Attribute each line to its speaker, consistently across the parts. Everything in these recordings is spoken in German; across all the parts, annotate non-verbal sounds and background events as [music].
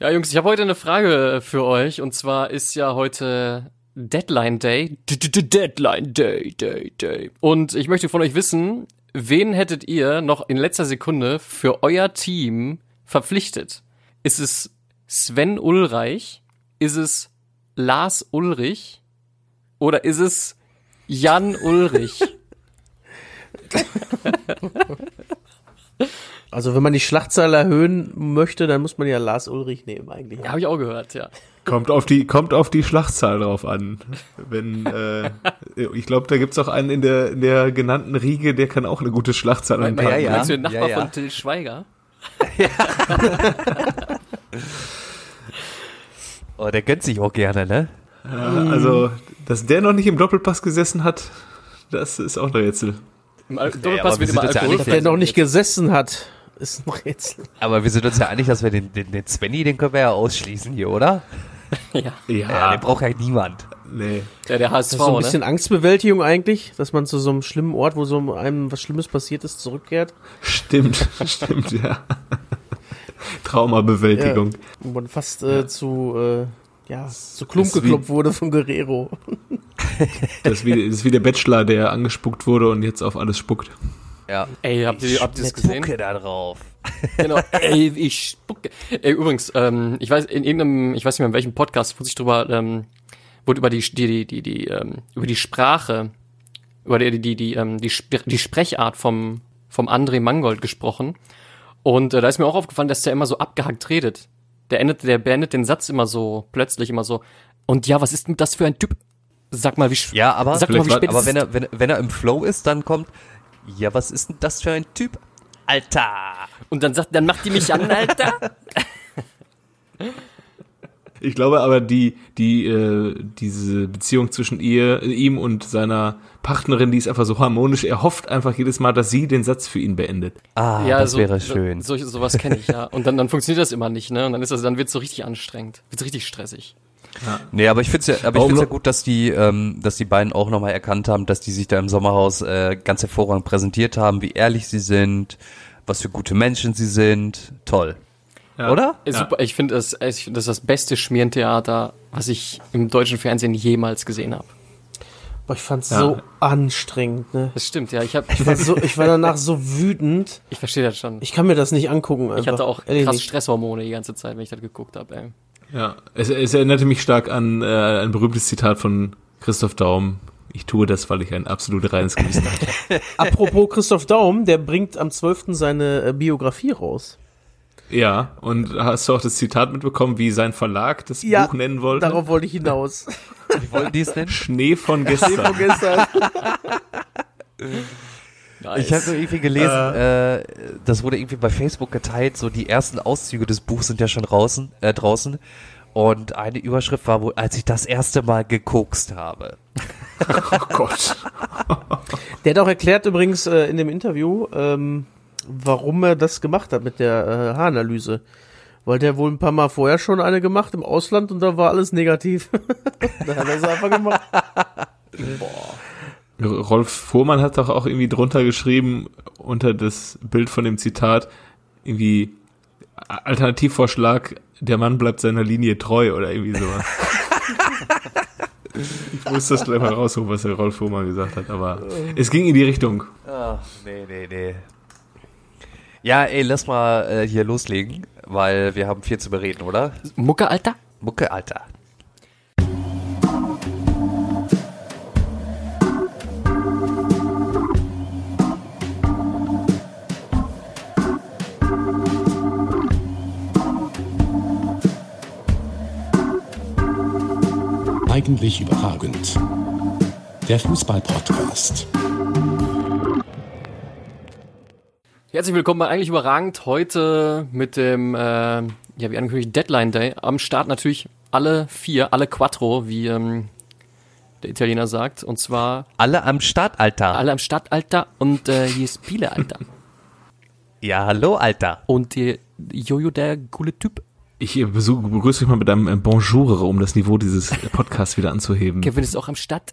Speaker 1: Ja, Jungs, ich habe heute eine Frage äh, für euch. Und zwar ist ja heute Deadline Day. D -d -d Deadline Day, Day, Day. Und ich möchte von euch wissen, wen hättet ihr noch in letzter Sekunde für euer Team verpflichtet? Ist es Sven Ulreich? Ist es Lars Ulrich? Oder ist es Jan Ulrich?
Speaker 2: Also wenn man die Schlachtzahl erhöhen möchte, dann muss man ja Lars Ulrich nehmen eigentlich.
Speaker 1: ja, habe ich auch gehört, ja.
Speaker 3: Kommt auf die, kommt auf die Schlachtzahl drauf an. Wenn, äh, ich glaube, da gibt's auch einen in der, in der genannten Riege, der kann auch eine gute Schlachtzahl
Speaker 2: ja,
Speaker 3: anpacken.
Speaker 2: ja.
Speaker 1: Meinst du den Nachbar
Speaker 2: Ja, ja.
Speaker 1: von Till Schweiger?
Speaker 4: Oh, der gönnt sich auch gerne, ne?
Speaker 3: Ja, also, dass der noch nicht im Doppelpass gesessen hat, das ist auch ein Rätsel.
Speaker 1: Im Al Doppelpass wird
Speaker 4: aber wir
Speaker 1: immer
Speaker 4: sind jetzt ja
Speaker 1: Alkohol.
Speaker 4: alle
Speaker 2: Dass der noch nicht gesessen hat, ist ein Rätsel.
Speaker 4: Aber wir sind uns ja einig, dass wir den, den, den Svenny, den können wir ja ausschließen hier, oder?
Speaker 1: ja.
Speaker 4: Ja,
Speaker 3: Ja,
Speaker 4: den braucht ja niemand.
Speaker 3: nee.
Speaker 1: ja, der HSV,
Speaker 2: Das ist so ein bisschen
Speaker 1: ne?
Speaker 2: Angstbewältigung eigentlich, dass man zu so einem schlimmen Ort, wo so einem was Schlimmes passiert ist, zurückkehrt.
Speaker 3: Stimmt, [laughs] stimmt, ja. Traumabewältigung.
Speaker 2: Wo man fast äh, zu, äh, ja, zu
Speaker 3: ist wie-
Speaker 2: Klump gekloppt wurde von Guerrero.
Speaker 3: Das, ist wie, das ist wie der Bachelor, der angespuckt wurde und jetzt auf alles spuckt.
Speaker 4: Ja.
Speaker 1: Ey, habt ihr, habt ihr das gesehen?
Speaker 4: Spucke da drauf.
Speaker 1: genau. Ey, ich spucke. Ey, übrigens, ähm, ich weiß, in irgendeinem, ich weiß nicht mehr in welchem Podcast wurde sich drüber, ähm, wurde über die, die, die, die, die ähm, über die Sprache, über die, die, die, die, ähm, die, Sp- die Sprechart vom, vom André Mangold gesprochen. Und äh, da ist mir auch aufgefallen, dass der immer so abgehackt redet. Der endet, der beendet den Satz immer so, plötzlich immer so. Und ja, was ist denn das für ein Typ? Sag mal, wie, sch-
Speaker 4: Ja, aber,
Speaker 1: sag mal, wie
Speaker 3: vielleicht
Speaker 1: spät
Speaker 4: aber
Speaker 1: es
Speaker 4: wenn,
Speaker 1: ist.
Speaker 4: er, wenn, er- wenn er im Flow ist, dann kommt, ja, was ist denn das für ein Typ? Alter!
Speaker 1: Und dann sagt, dann macht die mich an, Alter.
Speaker 3: Ich glaube aber, die, die, äh, diese Beziehung zwischen ihr, ihm und seiner Partnerin, die ist einfach so harmonisch. Er hofft einfach jedes Mal, dass sie den Satz für ihn beendet.
Speaker 4: Ah,
Speaker 1: ja,
Speaker 4: das
Speaker 1: so,
Speaker 4: wäre schön.
Speaker 1: So, so, sowas kenne ich, ja. Und dann, dann funktioniert das immer nicht, ne? Und dann ist das, dann wird's so richtig anstrengend. Wird's richtig stressig.
Speaker 4: Nee, aber ich find's ja, aber ich
Speaker 3: Warum
Speaker 4: find's ja
Speaker 3: noch-
Speaker 4: gut, dass die, ähm, dass die beiden auch nochmal erkannt haben, dass die sich da im Sommerhaus äh, ganz hervorragend präsentiert haben, wie ehrlich sie sind, was für gute Menschen sie sind. Toll. Oder?
Speaker 1: Ist Super, ich finde das, ich find das das beste Schmierentheater, was ich im deutschen Fernsehen jemals gesehen habe.
Speaker 2: Aber ich fand's
Speaker 3: Ja.
Speaker 2: so anstrengend, ne?
Speaker 1: Das stimmt, ja. Ich, hab,
Speaker 2: Ich war, so, ich war danach so wütend.
Speaker 1: ich verstehe das schon. Ich,
Speaker 2: Ich kann mir das nicht angucken. Einfach.
Speaker 1: hatte auch
Speaker 2: Ehrlich
Speaker 1: krass
Speaker 2: nicht.
Speaker 1: Stresshormone die ganze Zeit, wenn ich das geguckt habe, ey.
Speaker 3: Ja. Es, es erinnerte mich stark an äh, ein berühmtes Zitat von Christoph Daum. Ich tue das, weil ich ein absolut reines Gewissen habe.
Speaker 2: Apropos Christoph Daum, der bringt am 12. seine äh, Biografie raus.
Speaker 3: Ja, und hast du auch das Zitat mitbekommen, wie sein Verlag das
Speaker 2: Ja,
Speaker 3: Buch nennen wollte?
Speaker 2: Darauf wollte ich hinaus.
Speaker 4: Wie wollten die es nennen?
Speaker 3: Schnee von gestern.
Speaker 2: Gestern.
Speaker 1: Nice.
Speaker 4: Ich habe nur irgendwie gelesen, äh, das wurde irgendwie bei Facebook geteilt, so die ersten Auszüge des Buchs sind ja schon draußen, äh, draußen. Und eine Überschrift war wohl, als ich das erste Mal gekokst habe.
Speaker 3: oh Gott.
Speaker 2: Der hat auch erklärt übrigens äh, in dem Interview, ähm, warum er das gemacht hat mit der äh, Haaranalyse. Weil der wohl ein paar Mal vorher schon eine gemacht im Ausland und da war alles negativ. [laughs] da hat er es einfach
Speaker 3: [laughs]
Speaker 2: gemacht.
Speaker 3: Rolf Fuhrmann hat doch auch irgendwie drunter geschrieben, unter das Bild von dem Zitat, irgendwie Alternativvorschlag, der Mann bleibt seiner Linie treu oder irgendwie sowas. ich muss das gleich mal rausholen, was der Rolf Fuhrmann gesagt hat, aber es ging in die Richtung.
Speaker 4: Ach, nee, nee, nee. Ja, ey, lass mal äh, hier loslegen, weil wir haben viel zu bereden, oder?
Speaker 1: Mucke, Alter?
Speaker 4: Mucke, Alter.
Speaker 5: Eigentlich überragend. Der Fußball-Podcast.
Speaker 1: Herzlich willkommen bei Eigentlich Überragend. Heute mit dem, äh, ja, wie angekündigt, Deadline Day. Am Start natürlich alle vier, alle quattro, wie ähm, der Italiener sagt. Und zwar
Speaker 4: Alle am Start, Alter.
Speaker 1: alle am Stadtalter und äh, hier ist Spiele, Alter.
Speaker 4: Ja, hallo, Alter.
Speaker 1: Und äh, Jojo, der coole Typ.
Speaker 3: Ich äh, besuch- begrüße euch mal mit einem äh, Bonjour, um das Niveau dieses äh, Podcasts wieder anzuheben.
Speaker 1: Kevin ist auch am Start.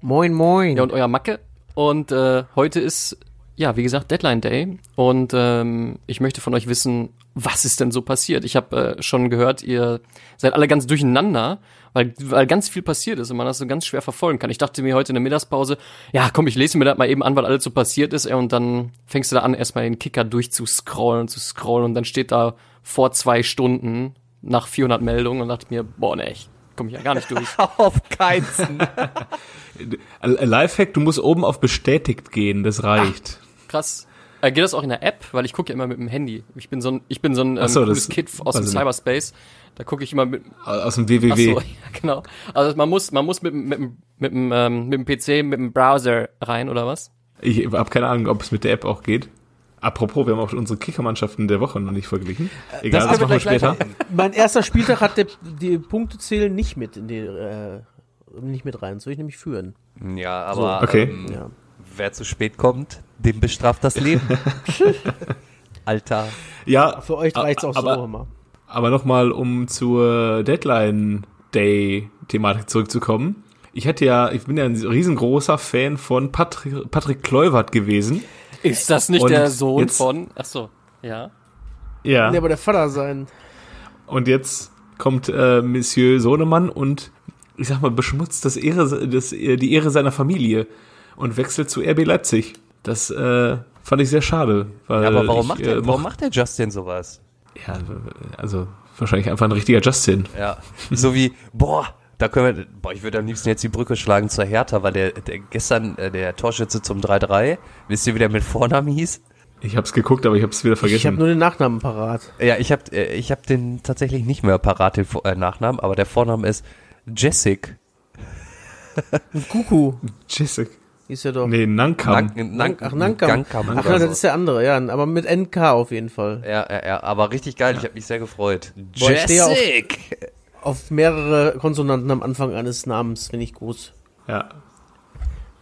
Speaker 2: Moin, moin.
Speaker 1: Ja, und euer Macke. Und äh, heute ist ja, wie gesagt, Deadline Day. Und ähm, ich möchte von euch wissen, was ist denn so passiert? Ich habe äh, schon gehört, ihr seid alle ganz durcheinander, weil, weil ganz viel passiert ist und man das so ganz schwer verfolgen kann. Ich dachte mir heute in der Mittagspause, ja komm, ich lese mir das mal eben an, weil alles so passiert ist. Äh, und dann fängst du da an, erstmal den Kicker durchzuscrollen, zu scrollen. Und dann steht da vor zwei Stunden nach 400 Meldungen und dachte mir, boah, ne, ich komme ja gar nicht durch.
Speaker 4: [laughs] Auf keinen.
Speaker 3: Äh, Lifehack, du musst oben auf bestätigt gehen, das reicht.
Speaker 1: krass. Äh, geht das auch in der App? Weil ich gucke ja immer mit dem Handy. Ich bin so ein, ich bin so ein ähm,
Speaker 3: Ach so,
Speaker 1: cooles
Speaker 3: das-
Speaker 1: Kid aus dem
Speaker 3: also nicht.
Speaker 1: Cyberspace. Da gucke ich immer mit.
Speaker 3: Aus dem www.
Speaker 1: Achso, [laughs] ja, genau. Also man muss, man muss mit, dem- mit, dem- mit, dem, ähm, mit dem PC, mit dem Browser rein, oder was?
Speaker 3: Ich habe keine Ahnung, ob es mit der App auch geht. Apropos, wir haben auch unsere Kickermannschaften der Woche noch nicht verglichen. Egal, das,
Speaker 4: Äh, können wir
Speaker 3: machen wir
Speaker 4: gleich
Speaker 3: später.
Speaker 2: Mein erster Spieltag hat der, die Punkte zählen nicht mit in die, äh, nicht mit rein. Soll ich nämlich führen?
Speaker 4: Ja, aber
Speaker 3: So, okay.
Speaker 4: ähm,
Speaker 2: Ja.
Speaker 4: wer zu spät kommt, dem bestraft das [laughs] Leben. Alter.
Speaker 3: Ja,
Speaker 2: Für euch reicht's auch
Speaker 3: aber,
Speaker 2: so immer.
Speaker 3: Aber nochmal, um zur Deadline Day Thematik zurückzukommen. Ich hätte ja, ich bin ja ein riesengroßer Fan von Patrick, Patrick Kluivert gewesen.
Speaker 1: Ist das nicht
Speaker 3: Und
Speaker 1: der Sohn
Speaker 3: jetzt-
Speaker 1: von? Achso, ja.
Speaker 3: Ja.
Speaker 2: Nee, aber der Vater sein.
Speaker 3: Und jetzt kommt äh, Monsieur Sohnemann und ich sag mal beschmutzt das Ehre, das, die Ehre seiner Familie und wechselt zu RB Leipzig. Das äh, fand ich sehr schade. Weil
Speaker 4: Ja, aber warum,
Speaker 3: ich,
Speaker 4: macht
Speaker 3: äh,
Speaker 4: der, warum
Speaker 3: moch-
Speaker 4: macht der Justin sowas?
Speaker 3: ja, also wahrscheinlich einfach ein richtiger Justin.
Speaker 4: Ja. So wie, boah, da können wir, boah, ich würde am liebsten jetzt die Brücke schlagen zur Hertha, weil der, der gestern äh, der Torschütze zum 3-3, wisst ihr, wie der mit Vornamen hieß?
Speaker 3: Ich hab's geguckt, aber ich hab's wieder
Speaker 2: Ich habe
Speaker 3: vergessen.
Speaker 2: nur den Nachnamen parat.
Speaker 4: Ja, ich habe äh, ich hab den tatsächlich nicht mehr parat, den Vor- äh, Nachnamen, aber der Vorname ist Jessic.
Speaker 2: Und Kuku
Speaker 3: Jessica.
Speaker 2: ist ja doch.
Speaker 3: Nee, Nankam.
Speaker 2: Nank- Ach, Nankam.
Speaker 4: Nankam
Speaker 2: Ach,
Speaker 4: oder
Speaker 2: nein, das
Speaker 4: so.
Speaker 2: ist der andere, ja, aber mit NK auf jeden Fall.
Speaker 4: Ja, ja, ja, aber richtig geil. Ich habe mich sehr gefreut.
Speaker 2: Boah, ich stehe auf-
Speaker 4: Jessic!
Speaker 2: Auf mehrere Konsonanten am Anfang eines Namens finde ich groß.
Speaker 3: ja.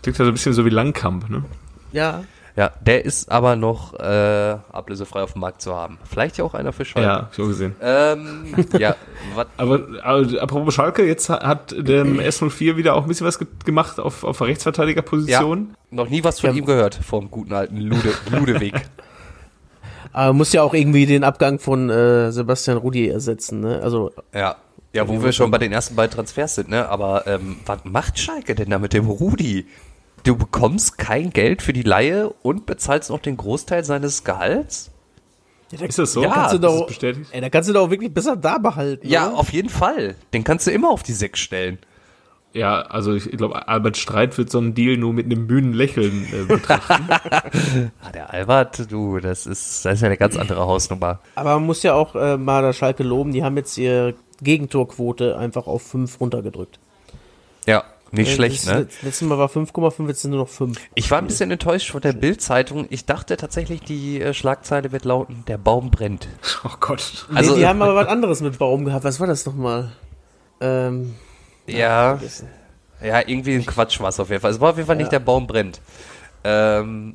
Speaker 3: Klingt ja so ein bisschen so wie Langkamp, ne?
Speaker 2: Ja,
Speaker 4: Ja, der ist aber noch äh, ablösefrei auf dem Markt zu haben. Vielleicht ja auch einer für Schalke.
Speaker 3: Ja, so gesehen.
Speaker 4: Ähm, ja, wat,
Speaker 3: Aber äh, apropos Schalke, jetzt ha- hat [clears throat] der S04 wieder auch ein bisschen was ge gemacht auf, auf der Rechtsverteidigerposition.
Speaker 4: noch nie was von
Speaker 2: Ja.
Speaker 4: ihm gehört, vom guten alten Lude, Ludewig.
Speaker 2: aber muss ja auch irgendwie den Abgang von äh, Sebastian Rudi ersetzen, ne? Also
Speaker 4: ja. ja, wo wir schon bei den ersten beiden Transfers sind, ne? Aber ähm, was macht Schalke denn da mit dem Rudi? Du bekommst kein Geld für die Laie und bezahlst noch den Großteil seines Gehalts?
Speaker 3: Ist das so?
Speaker 4: Ja,
Speaker 3: Kannst du
Speaker 2: kannst du
Speaker 3: das
Speaker 2: doch-
Speaker 3: bestätigt?
Speaker 2: Ey, da kannst du doch auch wirklich besser da behalten.
Speaker 4: Ja,
Speaker 2: oder?
Speaker 4: auf jeden Fall. Den kannst du immer auf die Sechs stellen.
Speaker 3: Ja, also ich glaube, Albert Streit wird so einen Deal nur mit einem müden Lächeln [laughs] äh, betrachten.
Speaker 4: Ah, der Albert, du, das ist, das ist ja eine ganz andere Hausnummer.
Speaker 2: Aber man muss ja auch äh, mal der Schalke loben, die haben jetzt ihre Gegentorquote einfach auf 5 runtergedrückt. Äh,
Speaker 4: Ja, nicht schlecht,
Speaker 2: das,
Speaker 4: ne?
Speaker 2: das letzte Mal war 5,5, jetzt sind nur noch 5.
Speaker 4: Ich war ein bisschen enttäuscht von der Bild-Zeitung. Ich dachte tatsächlich, die äh, Schlagzeile wird lauten, der Baum brennt.
Speaker 3: oh Gott.
Speaker 4: Also,
Speaker 2: nee, die haben aber was anderes mit Baum gehabt. Was war das nochmal? Ähm,
Speaker 4: ja, ja, irgendwie ein Quatsch war es auf jeden Fall. Es war auf jeden Fall nicht der Baum brennt. Ähm,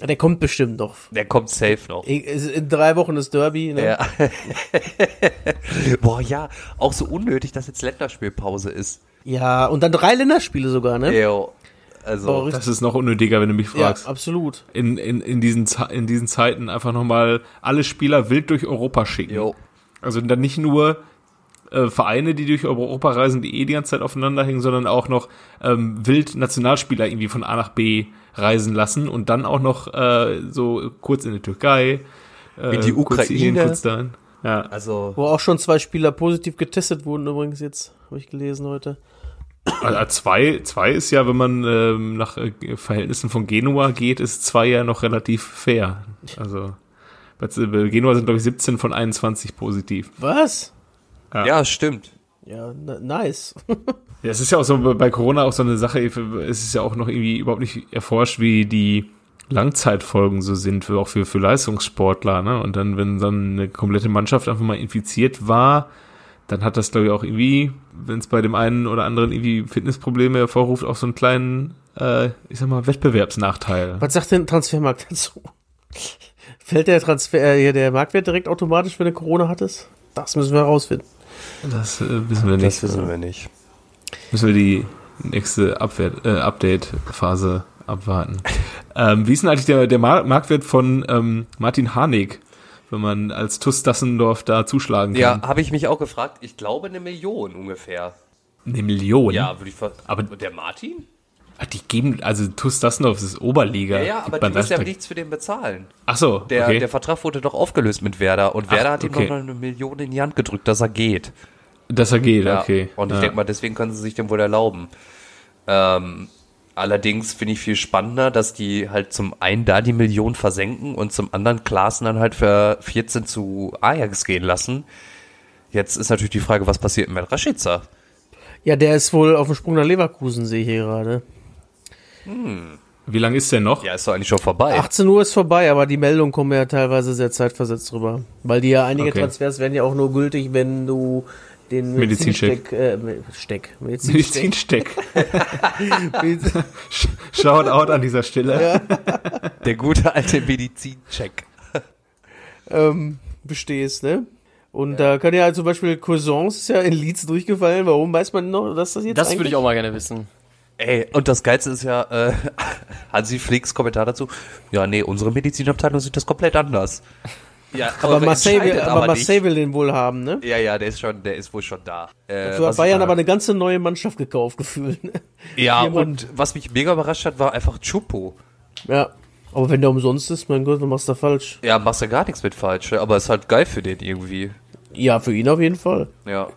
Speaker 2: der kommt bestimmt noch.
Speaker 4: der kommt safe noch.
Speaker 2: In, in drei Wochen ist Derby. Ne?
Speaker 4: Ja. Boah, ja, [laughs] auch so unnötig, dass jetzt Länderspielpause ist.
Speaker 2: ja, und dann drei Länderspiele sogar, ne?
Speaker 4: Ew. Also,
Speaker 2: Boah, richtig-
Speaker 3: Das ist noch unnötiger, wenn du mich
Speaker 2: ja
Speaker 3: fragst.
Speaker 2: absolut.
Speaker 3: in, in, in, diesen, Ze- in diesen Zeiten einfach nochmal alle Spieler wild durch Europa schicken.
Speaker 4: jo.
Speaker 3: Also dann nicht nur äh, Vereine, die durch Europa reisen, die eh die ganze Zeit aufeinander hängen, sondern auch noch ähm, wild Nationalspieler irgendwie von A nach B reisen lassen und dann auch noch äh, so kurz in die Türkei, äh,
Speaker 4: In die
Speaker 3: kurz hierhin,
Speaker 4: Ukraine.
Speaker 3: kurz dahin. Ja,
Speaker 4: Also,
Speaker 2: Wo auch schon zwei Spieler positiv getestet wurden übrigens jetzt, habe ich gelesen heute.
Speaker 3: also zwei, zwei ist ja, wenn man ähm, nach äh, Verhältnissen von Genua geht, ist zwei ja noch relativ fair. Also bei bei Genua sind glaube ich 17 von 21 positiv.
Speaker 2: Was?
Speaker 4: ja, stimmt.
Speaker 2: Ja, na, nice. [laughs]
Speaker 3: Ja, es ist ja auch so bei Corona auch so eine Sache, es ist ja auch noch irgendwie überhaupt nicht erforscht, wie die Langzeitfolgen so sind, für, auch für, für Leistungssportler. Ne? Und dann, wenn dann eine komplette Mannschaft einfach mal infiziert war, dann hat das, glaube ich, auch irgendwie, wenn es bei dem einen oder anderen irgendwie Fitnessprobleme hervorruft, auch so einen kleinen, äh, ich sag mal, Wettbewerbsnachteil.
Speaker 2: Was sagt denn Transfermarkt dazu? [laughs] Fällt der Transfer, äh, hier der Marktwert direkt automatisch, wenn du Corona hattest? Das müssen wir herausfinden.
Speaker 3: Das äh, wissen wir nicht.
Speaker 4: wir nicht. [laughs]
Speaker 3: Müssen wir die nächste Abwehr, äh, Update-Phase abwarten. Ähm, wie ist denn eigentlich der, der Mar- Marktwert von ähm, Martin Harnik, wenn man als TUS Dassendorf da zuschlagen kann?
Speaker 4: Ja, habe ich mich auch gefragt. Ich glaube eine Million ungefähr.
Speaker 3: Eine Million?
Speaker 4: Ja, würde ich ver
Speaker 3: Hm? Aber-
Speaker 4: Und der Martin?
Speaker 3: Ah, Die geben, also TUS Dassendorf ist Oberliga.
Speaker 4: Ja, ja, aber
Speaker 3: Gibt man
Speaker 4: du musst ja
Speaker 3: das-
Speaker 4: nichts für den bezahlen.
Speaker 3: Ach so,
Speaker 4: Der,
Speaker 3: okay.
Speaker 4: der Vertrag wurde doch aufgelöst mit Werder und Werder hat ihm
Speaker 3: okay.
Speaker 4: noch mal eine Million in die Hand gedrückt, dass er geht.
Speaker 3: dass er geht,
Speaker 4: Ja.
Speaker 3: okay.
Speaker 4: Und ich
Speaker 3: ja.
Speaker 4: denke mal, deswegen können sie sich den wohl erlauben. Ähm, allerdings finde ich viel spannender, dass die halt zum einen da die Million versenken und zum anderen Klaassen dann halt für 14 zu Ajax gehen lassen. Jetzt ist natürlich die Frage, was passiert mit Rashica?
Speaker 2: Ja, der ist wohl auf dem Sprung nach Leverkusen, sehe ich hier gerade.
Speaker 3: Wie lange ist der [laughs] noch?
Speaker 4: Ja, ist doch eigentlich schon vorbei.
Speaker 2: 18 Uhr ist vorbei, aber die Meldungen kommen ja teilweise sehr zeitversetzt rüber. Weil die ja einige
Speaker 3: Okay.
Speaker 2: Transfers werden ja auch nur gültig, wenn du den Medizinsteck,
Speaker 3: Medizincheck.
Speaker 2: äh, Me- Steck, Medizinsteck,
Speaker 4: [laughs]
Speaker 3: [laughs] Medizinsteck. [laughs]
Speaker 2: Medizinsteck,
Speaker 3: Shout out an dieser Stelle.
Speaker 4: Der gute alte Medizincheck.
Speaker 2: ähm, bestehst, ne? Und da kann ja zum Beispiel Cousins ist ja in Leeds durchgefallen. Warum weiß man noch, dass das jetzt
Speaker 1: Das würde
Speaker 2: eigentlich-
Speaker 1: ich auch mal gerne wissen.
Speaker 4: Ey, und das Geilste ist ja, äh, [laughs] Hansi Flicks Kommentar dazu, ja, nee, unsere Medizinabteilung sieht das komplett anders. Ja,
Speaker 2: aber Marseille, will,
Speaker 4: entscheidet
Speaker 2: aber
Speaker 4: nicht.
Speaker 2: Marseille will den wohl haben, ne?
Speaker 4: Ja, ja, der ist schon, der ist wohl schon da. Äh,
Speaker 2: Für
Speaker 4: was
Speaker 2: Bayern
Speaker 4: ich-
Speaker 2: aber eine ganze neue Mannschaft gekauft, [laughs] gefühlt. ne?
Speaker 4: Ja,
Speaker 2: vier Mann.
Speaker 4: und was mich mega überrascht hat, war einfach Chupo.
Speaker 2: ja. Aber wenn der umsonst ist, mein Gott, dann machst du falsch.
Speaker 4: Ja, machst ja gar nichts mit falsch, aber ist halt geil für den irgendwie.
Speaker 2: Ja, für ihn auf jeden Fall.
Speaker 4: Ja.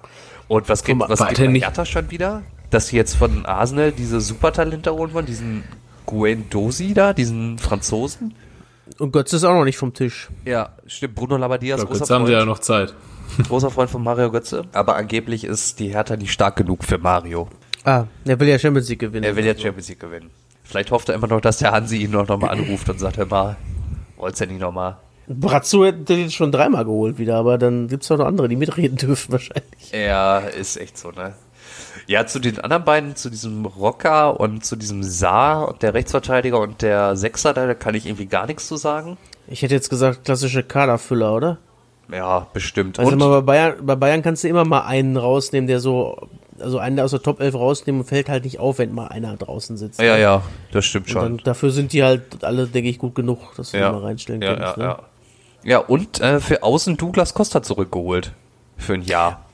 Speaker 4: Und was gibt,
Speaker 3: Komm,
Speaker 4: was
Speaker 3: warte
Speaker 4: gibt bei
Speaker 3: nicht.
Speaker 4: Jatta schon wieder? Dass sie jetzt von Arsenal diese Supertalente holen wollen, diesen Guendouzi da, diesen Franzosen?
Speaker 2: Und Götze ist auch noch nicht vom Tisch.
Speaker 4: Ja, stimmt, Bruno Labbadia ist
Speaker 3: Ja, gut,
Speaker 4: großer
Speaker 3: Jetzt haben
Speaker 4: Freund.
Speaker 3: sie ja noch Zeit.
Speaker 4: großer Freund von Mario Götze. Aber angeblich ist die Hertha nicht stark genug für Mario.
Speaker 2: Ah, er will ja Champions League gewinnen.
Speaker 4: Er will jetzt Champions League gewinnen. Vielleicht hofft er immer noch, dass der Hansi ihn noch nochmal anruft und sagt, hör mal, wollt's ja nicht nochmal.
Speaker 2: Brazzo hätte den schon dreimal geholt wieder, aber dann gibt's auch noch andere, die mitreden [laughs] dürfen wahrscheinlich.
Speaker 4: Ja, ist echt so, ne? Ja, zu den anderen beiden, zu diesem Rocker und zu diesem Saar und der Rechtsverteidiger und der Sechser, da kann ich irgendwie gar nichts zu sagen.
Speaker 2: Ich hätte jetzt gesagt, klassische Kaderfüller, oder?
Speaker 4: Ja, bestimmt.
Speaker 2: Also
Speaker 4: und,
Speaker 2: mal bei Bayern, bei Bayern kannst du immer mal einen rausnehmen, der so, also einen aus der Top 11 rausnehmen und fällt halt nicht auf, wenn mal einer draußen sitzt.
Speaker 4: ja, ja, das stimmt
Speaker 2: Dann,
Speaker 4: schon.
Speaker 2: dafür sind die halt alle, denke ich, gut genug, dass du
Speaker 4: ja.
Speaker 2: die mal reinstellen
Speaker 4: ja,
Speaker 2: kannst.
Speaker 4: ja,
Speaker 2: ne?
Speaker 4: ja. ja, und äh, für außen Douglas Costa zurückgeholt. Für ein Jahr.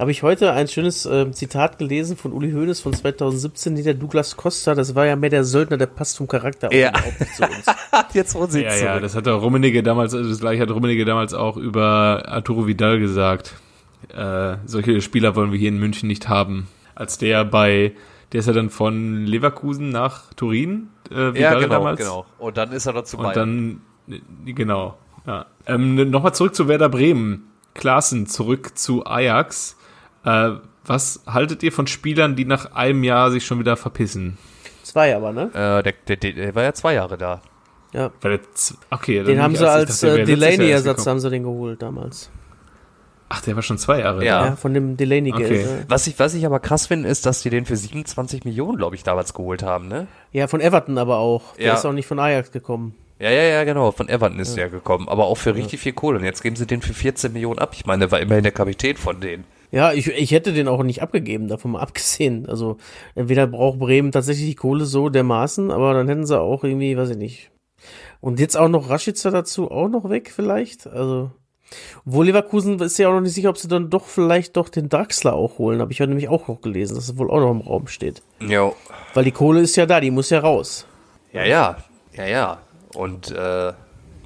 Speaker 2: Habe ich heute ein schönes ähm, Zitat gelesen von Uli Hoeneß von 2017, der Douglas Costa, das war ja mehr der Söldner, der passt vom Charakter auch
Speaker 4: Ja.
Speaker 2: überhaupt nicht zu uns.
Speaker 4: [laughs] Jetzt wohnt sie
Speaker 3: Ja, ja, das hat auch Rummenigge damals, also das gleiche hat Rummenigge damals auch über Arturo Vidal gesagt. Äh, solche Spieler wollen wir hier in München nicht haben. Als der bei, der ist ja dann von Leverkusen nach Turin, äh, Vidal
Speaker 4: Ja, genau,
Speaker 3: damals.
Speaker 4: genau. Und dann ist er noch zu
Speaker 3: Und
Speaker 4: Bayern.
Speaker 3: dann, genau. Ja. Ähm, Nochmal zurück zu Werder Bremen. Klaassen, zurück zu Ajax. Äh, was haltet ihr von Spielern, die nach einem Jahr sich schon wieder verpissen?
Speaker 2: Zwei aber, ne?
Speaker 4: Äh, der, der, der, der war ja zwei Jahre da.
Speaker 2: Ja.
Speaker 3: Weil der z- okay, dann
Speaker 2: Den
Speaker 3: bin
Speaker 2: haben
Speaker 3: ich
Speaker 2: sie
Speaker 3: ich
Speaker 2: als
Speaker 3: dachte, der
Speaker 2: äh,
Speaker 3: wäre letztes Jahr erst
Speaker 2: Delaney-Ersatz
Speaker 3: gekommen.
Speaker 2: haben sie den geholt damals.
Speaker 3: Ach, der war schon zwei Jahre.
Speaker 4: Ja.
Speaker 3: da.
Speaker 2: Ja, von dem Delaney-Geld.
Speaker 3: Ah. Okay.
Speaker 2: ne?
Speaker 4: Was ich, was ich aber krass finde, ist, dass die den für 27 Millionen, glaube ich, damals geholt haben, ne?
Speaker 2: Ja, von Everton aber auch. Der
Speaker 4: Ja.
Speaker 2: ist auch nicht von Ajax gekommen.
Speaker 4: Ja, ja, ja, genau. Von Everton ist der gekommen. Aber auch für richtig viel Kohle. Und jetzt geben sie den für 14 Millionen ab. Ich meine, der war immerhin der Kapitän von denen.
Speaker 2: Ja, ich, ich hätte den auch nicht abgegeben, davon mal [laughs] abgesehen. Also entweder braucht Bremen tatsächlich die Kohle so dermaßen, aber dann hätten sie auch irgendwie, weiß ich nicht. Und jetzt auch noch Raschitzer dazu auch noch weg vielleicht. Also wo Leverkusen ist ja auch noch nicht sicher, ob sie dann doch vielleicht doch den Draxler auch holen. Habe ich ja nämlich auch noch gelesen, dass es wohl auch noch im Raum steht.
Speaker 4: Jo.
Speaker 2: Weil die Kohle ist ja da, die muss ja raus.
Speaker 4: Ja, ja. Ja, ja. Und, äh,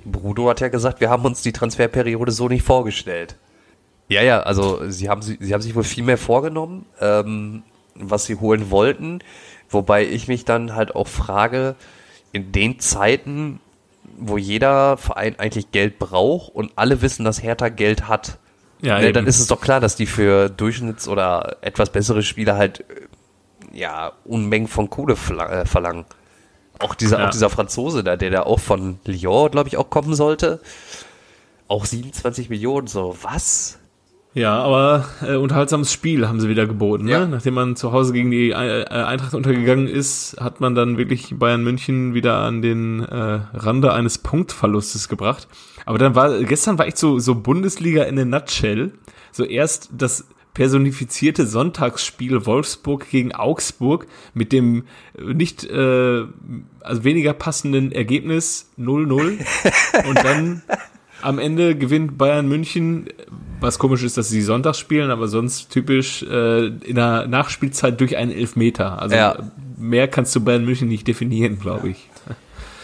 Speaker 4: Bruno hat ja gesagt, wir haben uns die Transferperiode so nicht vorgestellt. Ja, ja, also sie haben, sie sie haben sich wohl viel mehr vorgenommen, ähm, was sie holen wollten. Wobei ich mich dann halt auch frage, in den Zeiten, wo jeder Verein eigentlich Geld braucht und alle wissen, dass Hertha Geld hat,
Speaker 3: Ja,
Speaker 4: ne,
Speaker 3: eben.
Speaker 4: dann ist es doch klar, dass die für Durchschnitts- oder etwas bessere Spieler halt äh, ja Unmengen von Kohle verla- äh, verlangen. Auch dieser,
Speaker 3: Ja.
Speaker 4: auch dieser Franzose da, der da auch von Lyon, glaube ich, auch kommen sollte. Auch 27 Millionen, so was?
Speaker 3: Ja, aber äh, unterhaltsames Spiel haben sie wieder geboten.
Speaker 4: Ja.
Speaker 3: Ne? Nachdem man zu Hause gegen die äh, Eintracht untergegangen ist, hat man dann wirklich Bayern München wieder an den äh, Rande eines Punktverlustes gebracht. Aber dann war gestern war echt so so Bundesliga in a nutshell. So erst das personifizierte Sonntagsspiel Wolfsburg gegen Augsburg mit dem nicht, äh, also weniger passenden Ergebnis
Speaker 4: [laughs]
Speaker 3: 0-0. Und dann am Ende gewinnt Bayern München, was komisch ist, dass sie sonntags spielen, aber sonst typisch äh, in der Nachspielzeit durch einen Elfmeter. Also
Speaker 4: Ja.
Speaker 3: mehr kannst du Bayern München nicht definieren, glaube ich.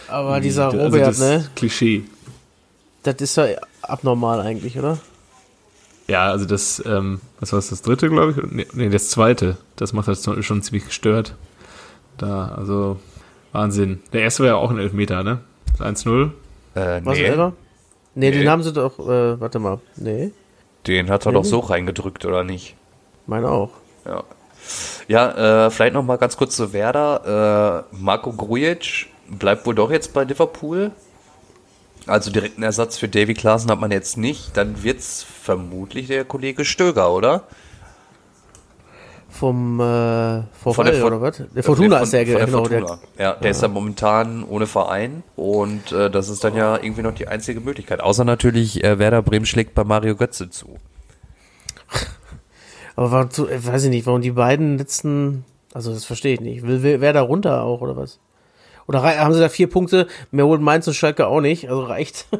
Speaker 2: Aber dieser
Speaker 3: Also
Speaker 2: Robert,
Speaker 3: das
Speaker 2: ne?
Speaker 3: Klischee.
Speaker 2: Das ist ja abnormal eigentlich, oder?
Speaker 3: Ja, also das, ähm, was war das, das dritte, glaube ich? Nee, Nee, das zweite. Das macht das schon- schon ziemlich gestört. Da, also Wahnsinn. Der erste war ja auch ein Elfmeter, ne? 1-0.
Speaker 4: Äh,
Speaker 2: Was
Speaker 4: nee,
Speaker 2: selber? Nee,
Speaker 4: Nee.
Speaker 2: den haben sie doch, äh, warte mal. Nee,
Speaker 4: den hat er doch so reingedrückt, oder nicht?
Speaker 2: meine auch.
Speaker 4: Ja, ja äh, vielleicht noch mal ganz kurz zu Werder. Äh, Marco Grujic bleibt wohl doch jetzt bei Liverpool. Also direkten Ersatz für Davy Klaassen hat man jetzt nicht. Dann wird's vermutlich der Kollege Stöger, oder?
Speaker 2: Vom äh,
Speaker 4: Von
Speaker 2: Vorfall
Speaker 4: der Fo-
Speaker 2: oder was? Der Fortuna
Speaker 4: Äh, von-
Speaker 2: ist der,
Speaker 4: von der
Speaker 2: genau. Der,
Speaker 4: Fortuna. ja, der ist ja momentan ohne Verein und äh, das ist dann ja irgendwie noch die einzige Möglichkeit. Außer natürlich, äh, Werder Bremen schlägt bei Mario Götze zu.
Speaker 2: aber warum, zu- äh, weiß ich nicht, warum die beiden letzten, also das verstehe ich nicht. Will, will, wer da runter auch oder was? Oder rei- haben sie da vier Punkte? Mehr holen Mainz und Schalke auch nicht, also reicht. [laughs]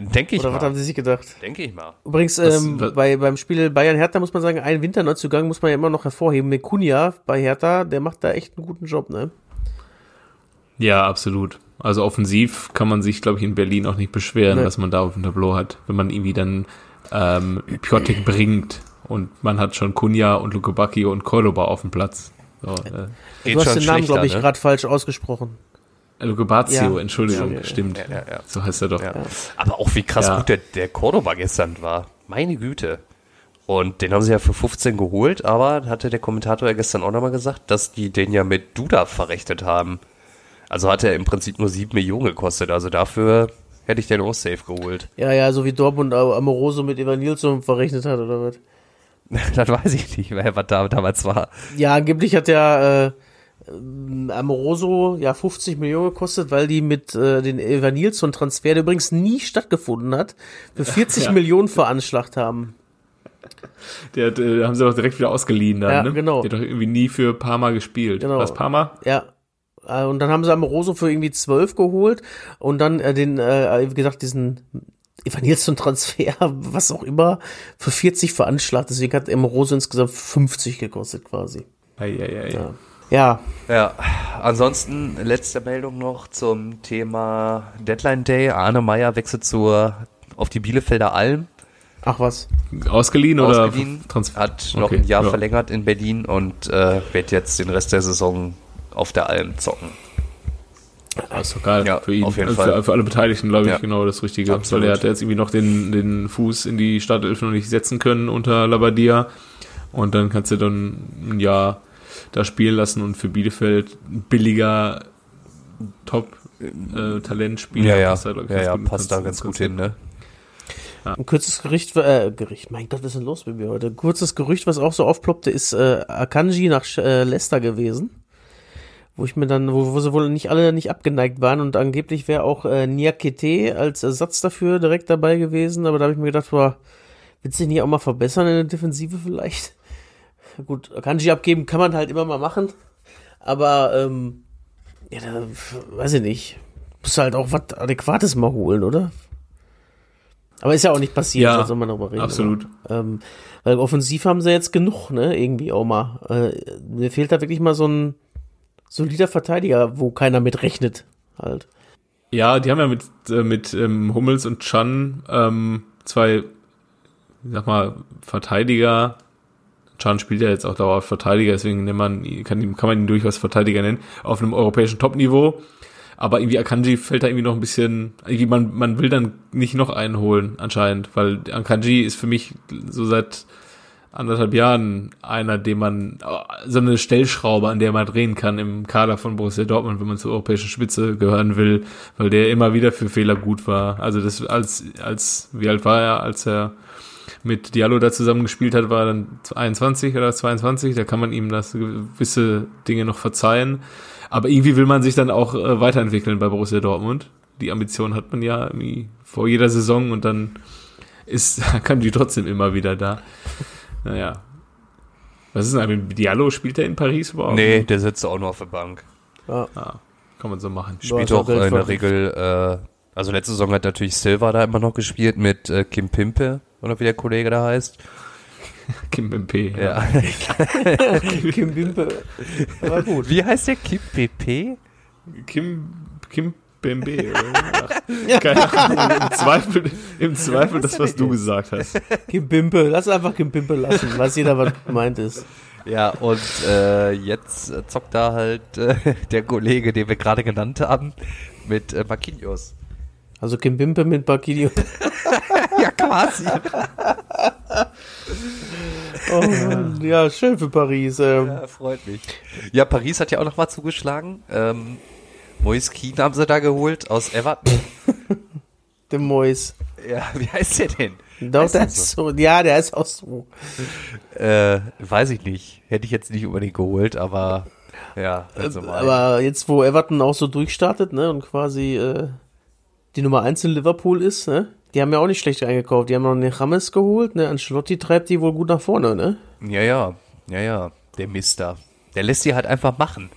Speaker 4: Denke ich
Speaker 2: Oder was haben
Speaker 4: mal.
Speaker 2: sie sich gedacht?
Speaker 4: Denke ich mal.
Speaker 2: Übrigens,
Speaker 3: Was-
Speaker 2: ähm,
Speaker 3: was-
Speaker 2: bei, beim Spiel Bayern-Hertha muss man sagen, einen Winterneuzugang muss man ja immer noch hervorheben. Mekunia bei Hertha, der macht da echt einen guten Job, ne?
Speaker 3: Ja, absolut. Also offensiv kann man sich, glaube ich, in Berlin auch nicht beschweren,
Speaker 2: Nee.
Speaker 3: was man da auf dem Tableau hat. Wenn man irgendwie dann ähm, Piotek bringt und man hat schon Kunja und Lukobaki und Cordoba auf dem Platz. So, äh,
Speaker 4: Geht
Speaker 2: du hast
Speaker 4: schon
Speaker 2: den Namen,
Speaker 4: schlechter,
Speaker 2: glaube ich,
Speaker 4: ne?
Speaker 2: gerade falsch ausgesprochen.
Speaker 3: Lukobazio,
Speaker 2: Ja.
Speaker 3: Entschuldigung,
Speaker 2: Ja, ja,
Speaker 3: stimmt.
Speaker 4: ja, ja.
Speaker 3: So heißt er doch.
Speaker 4: Ja. Aber auch wie krass
Speaker 3: Ja.
Speaker 4: gut der, der Cordoba gestern war. Meine Güte. Und den haben sie ja für 15 geholt, aber hatte der Kommentator ja gestern auch nochmal gesagt, dass die den ja mit Duda verrechnet haben. Also hat er im Prinzip nur 7 Millionen gekostet. Also dafür hätte ich den auch safe [laughs] geholt.
Speaker 2: Ja, ja, so wie Dortmund Amoroso mit Evan Nilsson verrechnet hat, oder was?
Speaker 4: Dann weiß ich nicht mehr, was da damals war.
Speaker 2: Ja, angeblich hat der äh, ähm, Amoroso ja 50 Millionen gekostet, weil die mit äh, den Evan Nilsson-Transfer, der übrigens nie stattgefunden hat,
Speaker 4: [laughs]
Speaker 2: für 40
Speaker 3: Ja.
Speaker 2: Millionen veranschlagt haben.
Speaker 3: Der, hat, äh, haben sie doch direkt wieder ausgeliehen dann,
Speaker 2: Ja,
Speaker 3: ne?
Speaker 2: genau.
Speaker 3: Der hat doch irgendwie nie für Parma gespielt.
Speaker 2: Genau.
Speaker 3: Was Parma?
Speaker 2: Ja. Äh, Und dann haben sie Amoroso für irgendwie 12 geholt und dann äh, den, äh, wie gesagt, diesen Evanilson-Transfer, [laughs] was auch immer, für 40 veranschlagt. Deswegen hat Amoroso insgesamt 50 gekostet quasi.
Speaker 3: Ei, ei, ei.
Speaker 2: Ja. Ja,
Speaker 4: Ja, ansonsten letzte Meldung noch zum Thema Deadline Day. Arne Meyer wechselt zur auf die Bielefelder Alm.
Speaker 2: ach was.
Speaker 3: Ausgeliehen,
Speaker 4: ausgeliehen,
Speaker 3: oder Transfer?
Speaker 4: hat noch
Speaker 3: Okay,
Speaker 4: ein Jahr
Speaker 3: ja.
Speaker 4: verlängert in Berlin und äh, wird jetzt den Rest der Saison auf der Alm zocken.
Speaker 3: Ah, ist doch geil.
Speaker 4: Ja,
Speaker 3: für ihn.
Speaker 4: auf jeden
Speaker 3: Also
Speaker 4: Fall.
Speaker 3: Für, für alle Beteiligten, glaube ich,
Speaker 4: Ja.
Speaker 3: genau das Richtige.
Speaker 4: Absolut.
Speaker 3: Weil er hat jetzt irgendwie noch den, den Fuß in die Startelf noch nicht setzen können unter Labadia. Und dann kannst du dann ein Jahr da spielen lassen und für Bielefeld ein billiger äh, Top-Talentspieler.
Speaker 4: ja, ja, passt da ganz gut hin, ne?
Speaker 2: Ein kurzes Gericht, äh, Gericht, mein Gott, was ist denn los mit mir heute? Ein kurzes Gerücht, was auch so aufploppte, ist äh, Akanji nach äh, Leicester gewesen. Wo ich mir dann, wo, wo sie wohl nicht alle nicht abgeneigt waren und angeblich wäre auch äh, Niakete als Ersatz dafür direkt dabei gewesen, aber da habe ich mir gedacht, boah, willst du dich nicht auch mal verbessern in der Defensive vielleicht? [laughs] Gut, Akanji abgeben kann man halt immer mal machen, aber ähm, ja, da, weiß ich nicht. Musst du halt auch was Adäquates mal holen, oder? Aber ist ja auch nicht passiert,
Speaker 3: Ja,
Speaker 2: da soll man darüber reden.
Speaker 3: Absolut.
Speaker 2: Aber, ähm, weil offensiv haben sie jetzt genug, ne? Irgendwie auch mal. Äh, mir fehlt da wirklich mal so ein solider Verteidiger, wo keiner mit rechnet. Halt.
Speaker 3: Ja, die haben ja mit, äh, mit ähm, Hummels und Chan ähm, zwei, ich sag mal, Verteidiger. Chan spielt ja jetzt auch dauerhaft Verteidiger, deswegen nennt man, ihn- kann, ihn- kann man ihn durchaus Verteidiger nennen, auf einem europäischen Topniveau. Aber irgendwie Akanji fällt da irgendwie noch ein bisschen, irgendwie man, man will dann nicht noch einen holen, anscheinend, weil Akanji ist für mich so seit anderthalb Jahren einer, den man so eine Stellschraube, an der man drehen kann im Kader von Borussia Dortmund, wenn man zur europäischen Spitze gehören will, weil der immer wieder für Fehler gut war. Also das als als wie alt war er, als er mit Diallo da zusammengespielt hat, war er dann 21 oder 22, da kann man ihm das gewisse Dinge noch verzeihen, aber irgendwie will man sich dann auch äh, weiterentwickeln bei Borussia Dortmund. Die Ambition hat man ja [laughs] irgendwie vor jeder Saison und dann ist Akanji trotzdem immer wieder da. Naja. Was ist denn eigentlich? Diallo spielt er in Paris überhaupt?
Speaker 4: Nee, der sitzt auch nur auf der Bank.
Speaker 3: Ah, kann man so machen.
Speaker 4: Spielt
Speaker 2: Ja, ist
Speaker 4: auch
Speaker 2: auch Geld
Speaker 4: in der
Speaker 2: verdient.
Speaker 4: Regel, äh, also letzte Saison hat natürlich Silva da immer noch gespielt mit äh, Kim Pimpe, oder wie der Kollege da heißt.
Speaker 3: Kim MP.
Speaker 4: Ja. [laughs]
Speaker 2: Kim Wimpe. Aber gut.
Speaker 4: wie heißt der? Kim PP?
Speaker 3: Kim, Kim Bembe. oder? Ach, Keine Ahnung. Im Zweifel, im Zweifel das, was du gesagt hast.
Speaker 2: Kim Bimpe. Lass einfach Kim Bimpe lassen. Weiß jeder, was gemeint ist.
Speaker 4: Ja, und äh, jetzt äh, zockt da halt äh, [laughs] der Kollege, den wir gerade genannt haben, mit äh, Marquinhos.
Speaker 2: Also Kim Bimpe mit Bakini.
Speaker 4: Ja, quasi.
Speaker 2: Oh, Mann. ja, schön für Paris. Ähm,
Speaker 4: Ja, freut mich. Ja, Paris hat ja auch nochmal zugeschlagen. Ähm, Moise Keane haben sie da geholt aus Everton.
Speaker 2: Der Mois.
Speaker 4: [laughs] ja, wie heißt der denn?
Speaker 2: Doch, der ist so. Ja, der ist auch so.
Speaker 4: Äh, weiß ich nicht. Hätte ich jetzt nicht unbedingt geholt, aber ja. Also mal.
Speaker 2: Aber jetzt, wo Everton auch so durchstartet, ne, und quasi äh, die Nummer 1 in Liverpool ist, ne? Die haben ja auch nicht schlecht eingekauft. Die haben noch einen Rames geholt, ne? Ancelotti treibt die wohl gut nach vorne, ne?
Speaker 4: ja, ja, ja, ja. Der Mister. Der lässt sie halt einfach machen.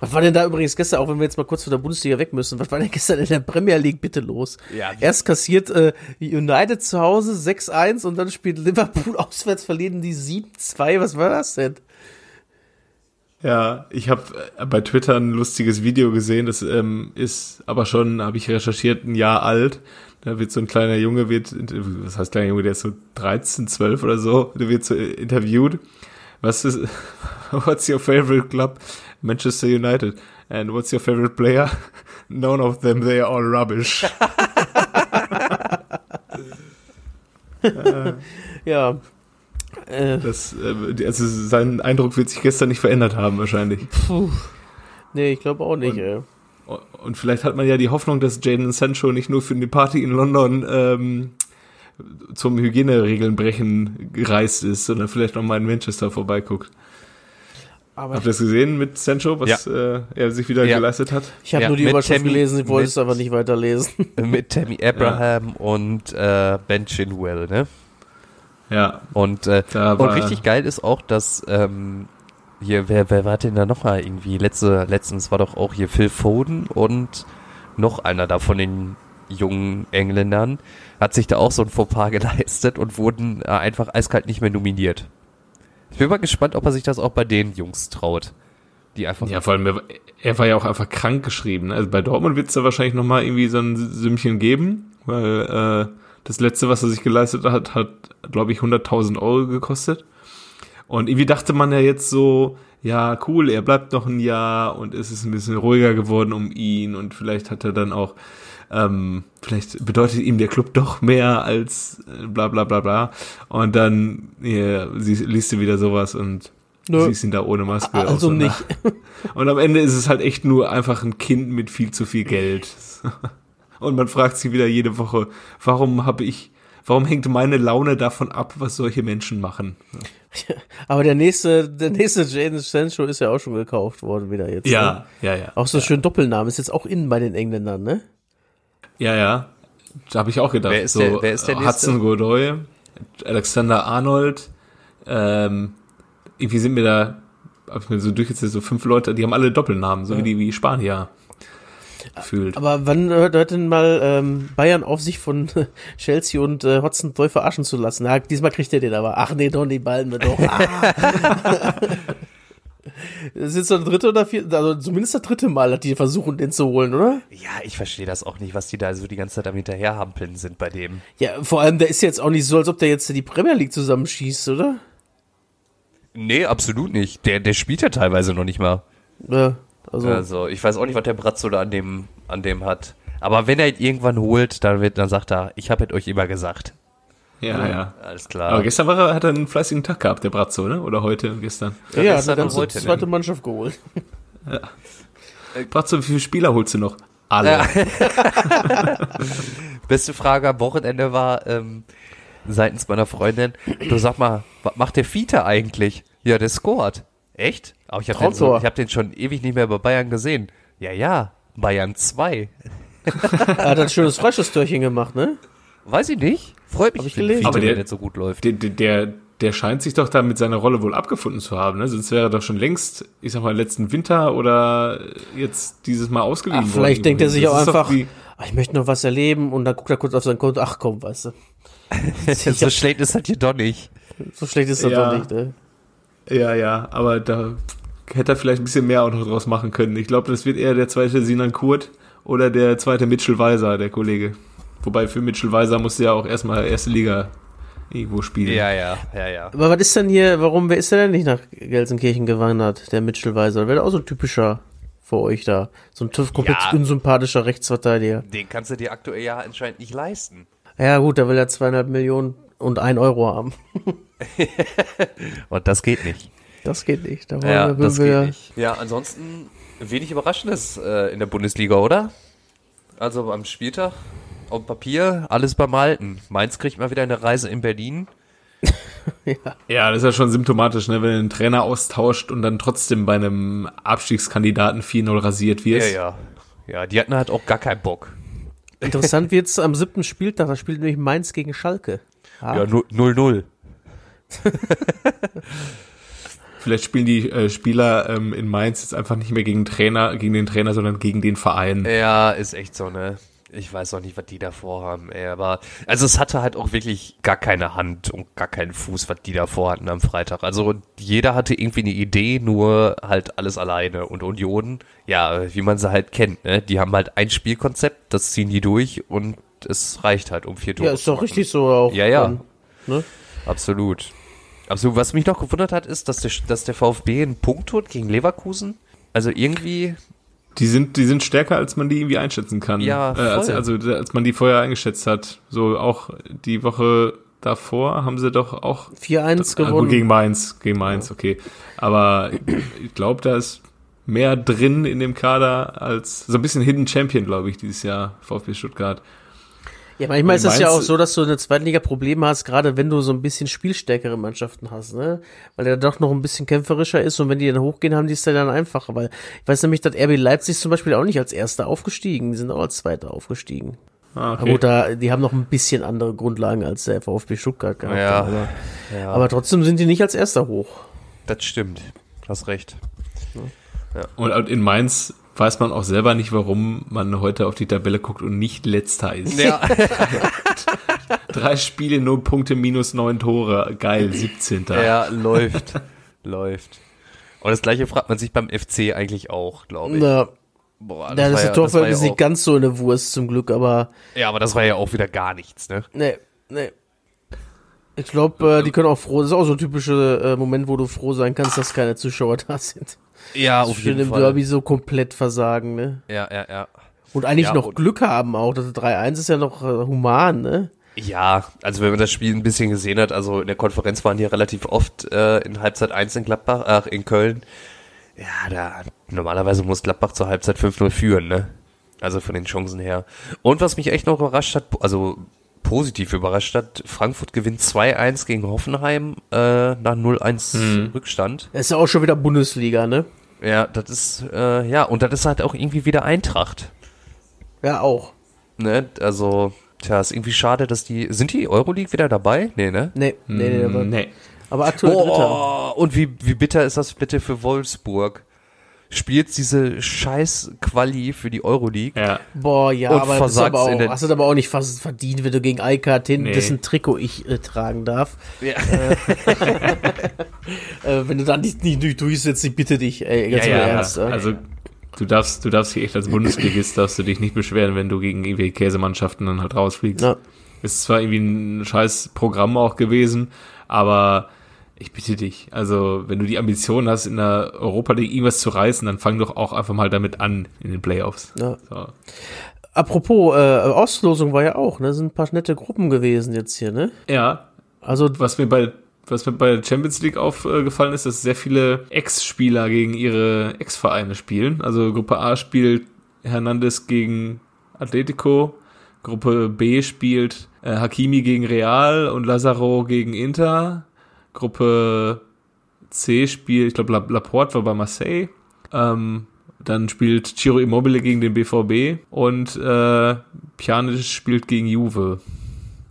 Speaker 2: Was war denn da übrigens gestern, auch wenn wir jetzt mal kurz von der Bundesliga weg müssen, was war denn gestern in der Premier League bitte los?
Speaker 4: Ja.
Speaker 2: Erst kassiert äh, United zu Hause 6-1 und dann spielt Liverpool [laughs] auswärts, verlieren die 7-2. Was war das denn?
Speaker 3: Ja, ich habe bei Twitter ein lustiges Video gesehen, das ähm, ist aber schon, habe ich recherchiert, ein Jahr alt. Da wird so ein kleiner Junge, wird, was heißt kleiner Junge, der ist so 13, 12 oder so, der wird so äh, interviewt. Was ist, [laughs] what's your favorite club? Manchester United. And what's your favorite player? None of them, they are all rubbish.
Speaker 2: Ja. Äh,
Speaker 3: Das, äh, die- also sein Eindruck wird sich gestern nicht verändert haben wahrscheinlich.
Speaker 2: puh. Nee, ich glaube auch nicht,
Speaker 3: Und-
Speaker 2: ey.
Speaker 3: Und vielleicht hat man ja die Hoffnung, dass Jaden Sancho nicht nur für eine Party in London ähm, zum Hygieneregeln brechen gereist ist, sondern vielleicht noch mal in Manchester vorbeiguckt.
Speaker 2: Aber
Speaker 3: Habt ihr das gesehen mit Sancho, was äh, er sich wieder
Speaker 4: Ja.
Speaker 3: geleistet hat?
Speaker 2: ich habe
Speaker 4: Ja,
Speaker 2: nur die
Speaker 4: mit
Speaker 2: Überschrift
Speaker 4: Tammy-
Speaker 2: gelesen, ich wollte es
Speaker 4: mit-
Speaker 2: aber nicht weiterlesen. [laughs]
Speaker 4: Mit Tammy Abraham und äh, Ben Chinwell, ne?
Speaker 3: Ja,
Speaker 4: Und, äh,
Speaker 3: Da
Speaker 4: und
Speaker 3: war-
Speaker 4: richtig geil ist auch, dass ähm, hier, wer, wer war denn da nochmal irgendwie? Letzte, letztens war doch auch hier Phil Foden und noch einer da von den jungen Engländern hat sich da auch so ein Fauxpas [laughs] geleistet und wurden äh, einfach eiskalt nicht mehr nominiert. Ich bin mal gespannt, ob er sich das auch bei den Jungs traut. Die einfach.
Speaker 3: Ja, vor allem, er, er war ja auch einfach krank geschrieben. ne? Also bei Dortmund wird es da wahrscheinlich nochmal irgendwie so ein Sümmchen geben, weil äh, das letzte, was er sich geleistet hat, hat, glaube ich, 100.000 Euro gekostet. Und irgendwie dachte man ja jetzt so, ja, cool, er bleibt noch ein Jahr und es ist ein bisschen ruhiger geworden um ihn und vielleicht hat er dann auch, ähm, vielleicht bedeutet ihm der Club doch mehr als äh, bla bla bla bla. Und dann äh, sie- liest du wieder sowas und
Speaker 2: Nö.
Speaker 3: siehst ihn da ohne Maske.
Speaker 2: Also
Speaker 3: aus und
Speaker 2: nicht.
Speaker 3: [laughs] und am Ende ist es halt echt nur einfach ein Kind mit viel zu viel Geld. [laughs] Und man fragt sich wieder jede Woche, warum habe ich, warum hängt meine Laune davon ab, was solche Menschen machen?
Speaker 2: Aber der nächste, der nächste Jaden Sancho ist ja auch schon gekauft worden wieder jetzt. Ne?
Speaker 3: ja, ja.
Speaker 2: Auch so schön Doppelname ist jetzt auch innen bei den Engländern, ne?
Speaker 3: Ja, ja. Da habe ich auch gedacht.
Speaker 4: Wer ist
Speaker 3: so,
Speaker 4: der- wer ist der
Speaker 3: äh,
Speaker 4: Nächste?
Speaker 3: Hudson Godoy, Alexander Arnold, ähm, irgendwie sind mir da, hab ich mir so durchgezählt, so fünf Leute, die haben alle Doppelnamen, so wie die wie Spanier. Gefühlt.
Speaker 2: Aber wann hört, hört denn mal ähm, Bayern auf, sich von [laughs] Chelsea und äh, Hudson Doy verarschen zu lassen? Na, diesmal kriegt er den aber. Ach nee, doch, die ballen wir doch. Ah. Das ist jetzt so der dritte oder vierte, also zumindest das dritte Mal, dass die versuchen, den zu holen, oder?
Speaker 4: Ja, ich verstehe das auch nicht, was die da so die ganze Zeit am Hinterherhampeln sind bei dem.
Speaker 2: Ja, vor allem, der ist jetzt auch nicht so, als ob der jetzt die Premier League zusammenschießt, oder?
Speaker 4: Nee, absolut nicht. Der, der spielt ja teilweise noch nicht mal.
Speaker 2: Ja, also,
Speaker 4: Also, ich weiß auch nicht, was der Bratzo da an dem, an dem hat. Aber wenn er ihn irgendwann holt, dann wird, dann sagt er, ich habe es euch immer gesagt.
Speaker 3: ja, ja.
Speaker 4: Alles
Speaker 3: Aber
Speaker 2: Ah.
Speaker 4: klar.
Speaker 3: gestern war er, hat er einen fleißigen Tag gehabt, der Bratzo, oder? Oder heute und gestern.
Speaker 2: ja,
Speaker 4: wer
Speaker 2: ja
Speaker 4: ist
Speaker 2: hat eine
Speaker 4: da
Speaker 2: ganze
Speaker 4: denn heute
Speaker 2: zweite Mannschaft geholt. Äh.
Speaker 3: Bratzo, wie viele Spieler holst du noch? Alle.
Speaker 2: [laughs]
Speaker 4: Beste Frage am Wochenende war, ähm, seitens meiner Freundin, du sag mal, was macht der Fiete eigentlich? Ja, der scored. Echt? Aber ich habe den, so,
Speaker 2: Traumtor.
Speaker 4: ich hab den schon ewig nicht mehr bei Bayern gesehen. Ja, ja, Bayern 2.
Speaker 2: Er hat ein schönes Freischuss-Törchen gemacht, ne?
Speaker 4: Weiß ich nicht. Freut mich,
Speaker 2: Hab ich
Speaker 4: für den
Speaker 2: gelesen.
Speaker 4: Fiete,
Speaker 3: Aber der-
Speaker 4: wenn das so gut läuft.
Speaker 3: Der, der, der, der scheint sich doch da mit seiner Rolle wohl abgefunden zu haben. Ne? Sonst wäre er doch schon längst, ich sag mal, letzten Winter oder jetzt dieses Mal ausgeliehen
Speaker 2: Ach,
Speaker 3: worden.
Speaker 2: vielleicht denkt er
Speaker 3: Das
Speaker 2: sich auch
Speaker 3: ist doch
Speaker 2: einfach,
Speaker 3: wie-
Speaker 2: "Ah, ich möchte noch was erleben und dann guckt er kurz auf sein Konto, ach komm,
Speaker 4: [laughs]
Speaker 2: weißt du.
Speaker 4: so schlecht ist das hier doch nicht.
Speaker 2: So schlecht ist das
Speaker 3: Ja.
Speaker 2: doch nicht, ne?
Speaker 3: Ja, ja, aber da hätte er vielleicht ein bisschen mehr auch noch draus machen können. Ich glaube, das wird eher der zweite Sinan Kurt oder der zweite Mitchell Weiser, der Kollege. Wobei für Mitchell Weiser musste ja auch erstmal erste Liga irgendwo spielen.
Speaker 4: Ja, ja, ja, ja.
Speaker 2: Aber was ist denn hier, warum, wer ist denn nicht nach Gelsenkirchen gewandert, der Mitchell Weiser? Wäre auch so ein typischer für euch da. So ein tüv komplett
Speaker 4: Ja.
Speaker 2: unsympathischer Rechtsverteidiger.
Speaker 4: Den kannst du dir aktuell ja anscheinend nicht leisten.
Speaker 2: Ja gut, da will er zweieinhalb Millionen und ein Euro haben.
Speaker 4: Und das geht nicht.
Speaker 2: Das geht nicht. Da wollen
Speaker 4: Ja,
Speaker 2: wir-
Speaker 4: das
Speaker 2: wir-
Speaker 4: geht nicht. Ja, ansonsten wenig Überraschendes äh, in der Bundesliga, oder? Also am Spieltag, auf dem Papier, alles beim Alten. Mainz kriegt mal wieder eine Reise in Berlin.
Speaker 3: Ja, das ist ja schon symptomatisch, ne? wenn du einen Trainer austauscht und dann trotzdem bei einem Abstiegskandidaten 4-0 rasiert wirst.
Speaker 4: ja. Ja, die hatten halt auch gar keinen Bock. [laughs]
Speaker 2: Interessant wird's am siebten Spieltag, da spielt nämlich Mainz gegen Schalke.
Speaker 4: Ja, 0-0.
Speaker 3: Vielleicht spielen die äh, Spieler ähm, in Mainz jetzt einfach nicht mehr gegen, Trainer, gegen den Trainer, sondern gegen den Verein.
Speaker 4: Ja, ist echt so, ne? Ich weiß auch nicht, was die da vorhaben, ey, aber, also es hatte halt auch wirklich gar keine Hand und gar keinen Fuß, was die da vorhatten am Freitag. Also jeder hatte irgendwie eine Idee, nur halt alles alleine. Und Union, ja, wie man sie halt kennt, ne? Die haben halt ein Spielkonzept, das ziehen die durch und es reicht halt um vier Tore.
Speaker 2: Ja, ist doch
Speaker 4: zu machen.
Speaker 2: richtig so auch.
Speaker 4: Ja, ja.
Speaker 2: dann, ne?
Speaker 4: Absolut. Absolut. Was mich noch gewundert hat, ist, dass der, dass der VfB einen Punkt tut gegen Leverkusen. Also irgendwie,
Speaker 3: Die sind, die sind stärker, als man die irgendwie einschätzen kann.
Speaker 4: Ja,
Speaker 3: äh, als,
Speaker 4: voll.
Speaker 3: also als man die vorher eingeschätzt hat. So auch die Woche davor haben sie doch auch
Speaker 2: 4-1
Speaker 3: Ah, gut,
Speaker 2: gewonnen.
Speaker 3: gegen Mainz, gegen Mainz, okay. Aber ich glaube, da ist mehr drin in dem Kader als so ein bisschen Hidden Champion, glaube ich, dieses Jahr VfB Stuttgart.
Speaker 2: ja, manchmal ist es ja
Speaker 3: Mainz-
Speaker 2: auch so, dass du in der zweiten Liga Probleme hast, gerade wenn du so ein bisschen spielstärkere Mannschaften hast, ne? Weil er doch noch ein bisschen kämpferischer ist und wenn die dann hochgehen, haben die es dann einfacher. Weil ich weiß nämlich, dass RB Leipzig zum Beispiel auch nicht als Erster aufgestiegen, die sind auch als Zweiter aufgestiegen.
Speaker 3: Ah,
Speaker 2: Aber gut, da, die haben noch ein bisschen andere Grundlagen als der VfB Stuttgart gehabt.
Speaker 4: Ja.
Speaker 2: Aber, aber trotzdem sind die nicht als Erster hoch.
Speaker 4: das stimmt. Hast recht.
Speaker 3: Und in Mainz weiß man auch selber nicht, warum man heute auf die Tabelle guckt und nicht letzter ist.
Speaker 4: Ja.
Speaker 3: Drei Spiele, null Punkte, minus neun Tore. Geil, 17.
Speaker 4: Ja, läuft. [laughs] läuft. Und das gleiche fragt man sich beim FC eigentlich auch, glaube ich.
Speaker 2: Na,
Speaker 4: Boah,
Speaker 2: das, das
Speaker 4: war
Speaker 2: ist
Speaker 4: ja-
Speaker 2: ja, Torverhältnis
Speaker 4: war ja,
Speaker 2: nicht ganz so eine Wurst zum Glück, aber
Speaker 4: auch, ja, aber das war ja auch wieder gar nichts, ne?
Speaker 2: Nee, nee. Ich glaube, äh, die können auch froh. Das ist auch so ein typischer äh, Moment, wo du froh sein kannst, dass keine Zuschauer [laughs] da sind.
Speaker 4: Ja, auf
Speaker 2: Schön im Derby so komplett versagen, ne?
Speaker 4: Ja, ja, ja.
Speaker 2: Und eigentlich
Speaker 4: Ja,
Speaker 2: noch
Speaker 4: und-
Speaker 2: Glück haben auch. Das 3-1 ist ja noch äh, human, ne?
Speaker 4: Ja, also wenn man das Spiel ein bisschen gesehen hat, also in der Konferenz waren die relativ oft äh, in Halbzeit 1 in Gladbach, ach, in Köln. Ja, da normalerweise muss Gladbach zur Halbzeit 5-0 führen, ne? Also von den Chancen her. Und was mich echt noch überrascht hat, also positiv überrascht hat, Frankfurt gewinnt 2-1 gegen Hoffenheim äh, nach 0-1 Rückstand.
Speaker 2: Das ist ja auch schon wieder Bundesliga, ne?
Speaker 4: Ja, das ist, äh, ja, und das ist halt auch irgendwie wieder Eintracht.
Speaker 2: Ja, auch.
Speaker 4: Ne? Also, tja, ist irgendwie schade, dass die. Sind die Euroleague wieder dabei? Nee, ne?
Speaker 2: Nee, nee, nee. Aber,
Speaker 3: Nee.
Speaker 2: aber aktuell Dritter.
Speaker 4: Oh, und wie, wie bitter ist das bitte für Wolfsburg? Spielt diese scheiß Quali für die Euroleague.
Speaker 3: Ja.
Speaker 2: Boah, ja,
Speaker 4: Und
Speaker 2: aber, das ist aber
Speaker 4: versagst in
Speaker 2: auch,
Speaker 4: der-
Speaker 2: hast du das aber auch nicht fast verdient, wenn du gegen Eikart hin,
Speaker 3: Nee.
Speaker 2: dessen Trikot ich äh, tragen darf.
Speaker 4: Ja.
Speaker 2: [laughs] Äh, wenn du dann nicht, nicht, nicht durchsetzt, ich bitte dich, ey, ganz
Speaker 4: Ja,
Speaker 2: mal
Speaker 4: ja,
Speaker 2: ernst. äh.
Speaker 3: Also du darfst, du darfst hier echt als Bundesligist darfst du dich nicht beschweren, wenn du gegen irgendwelche Käsemannschaften dann halt rausfliegst.
Speaker 2: Ja.
Speaker 3: Ist zwar irgendwie ein scheiß Programm auch gewesen, aber ich bitte dich, also wenn du die Ambition hast, in der Europa League irgendwas zu reißen, dann fang doch auch einfach mal damit an in den Playoffs.
Speaker 2: Ja.
Speaker 3: So.
Speaker 2: Apropos, äh, Auslosung war ja auch, ne? Sind ein paar nette Gruppen gewesen jetzt hier, ne?
Speaker 3: ja,
Speaker 2: Also,
Speaker 3: was mir bei was mir bei der Champions League aufgefallen ist, dass sehr viele Ex-Spieler gegen ihre Ex-Vereine spielen. Also Gruppe A spielt Hernandez gegen Atletico, Gruppe B spielt äh, Hakimi gegen Real und Lazaro gegen Inter. Gruppe C spielt, ich glaube, La- Laporte war bei Marseille. Ähm, dann spielt Ciro Immobile gegen den BVB und äh, Pjanic spielt gegen Juve.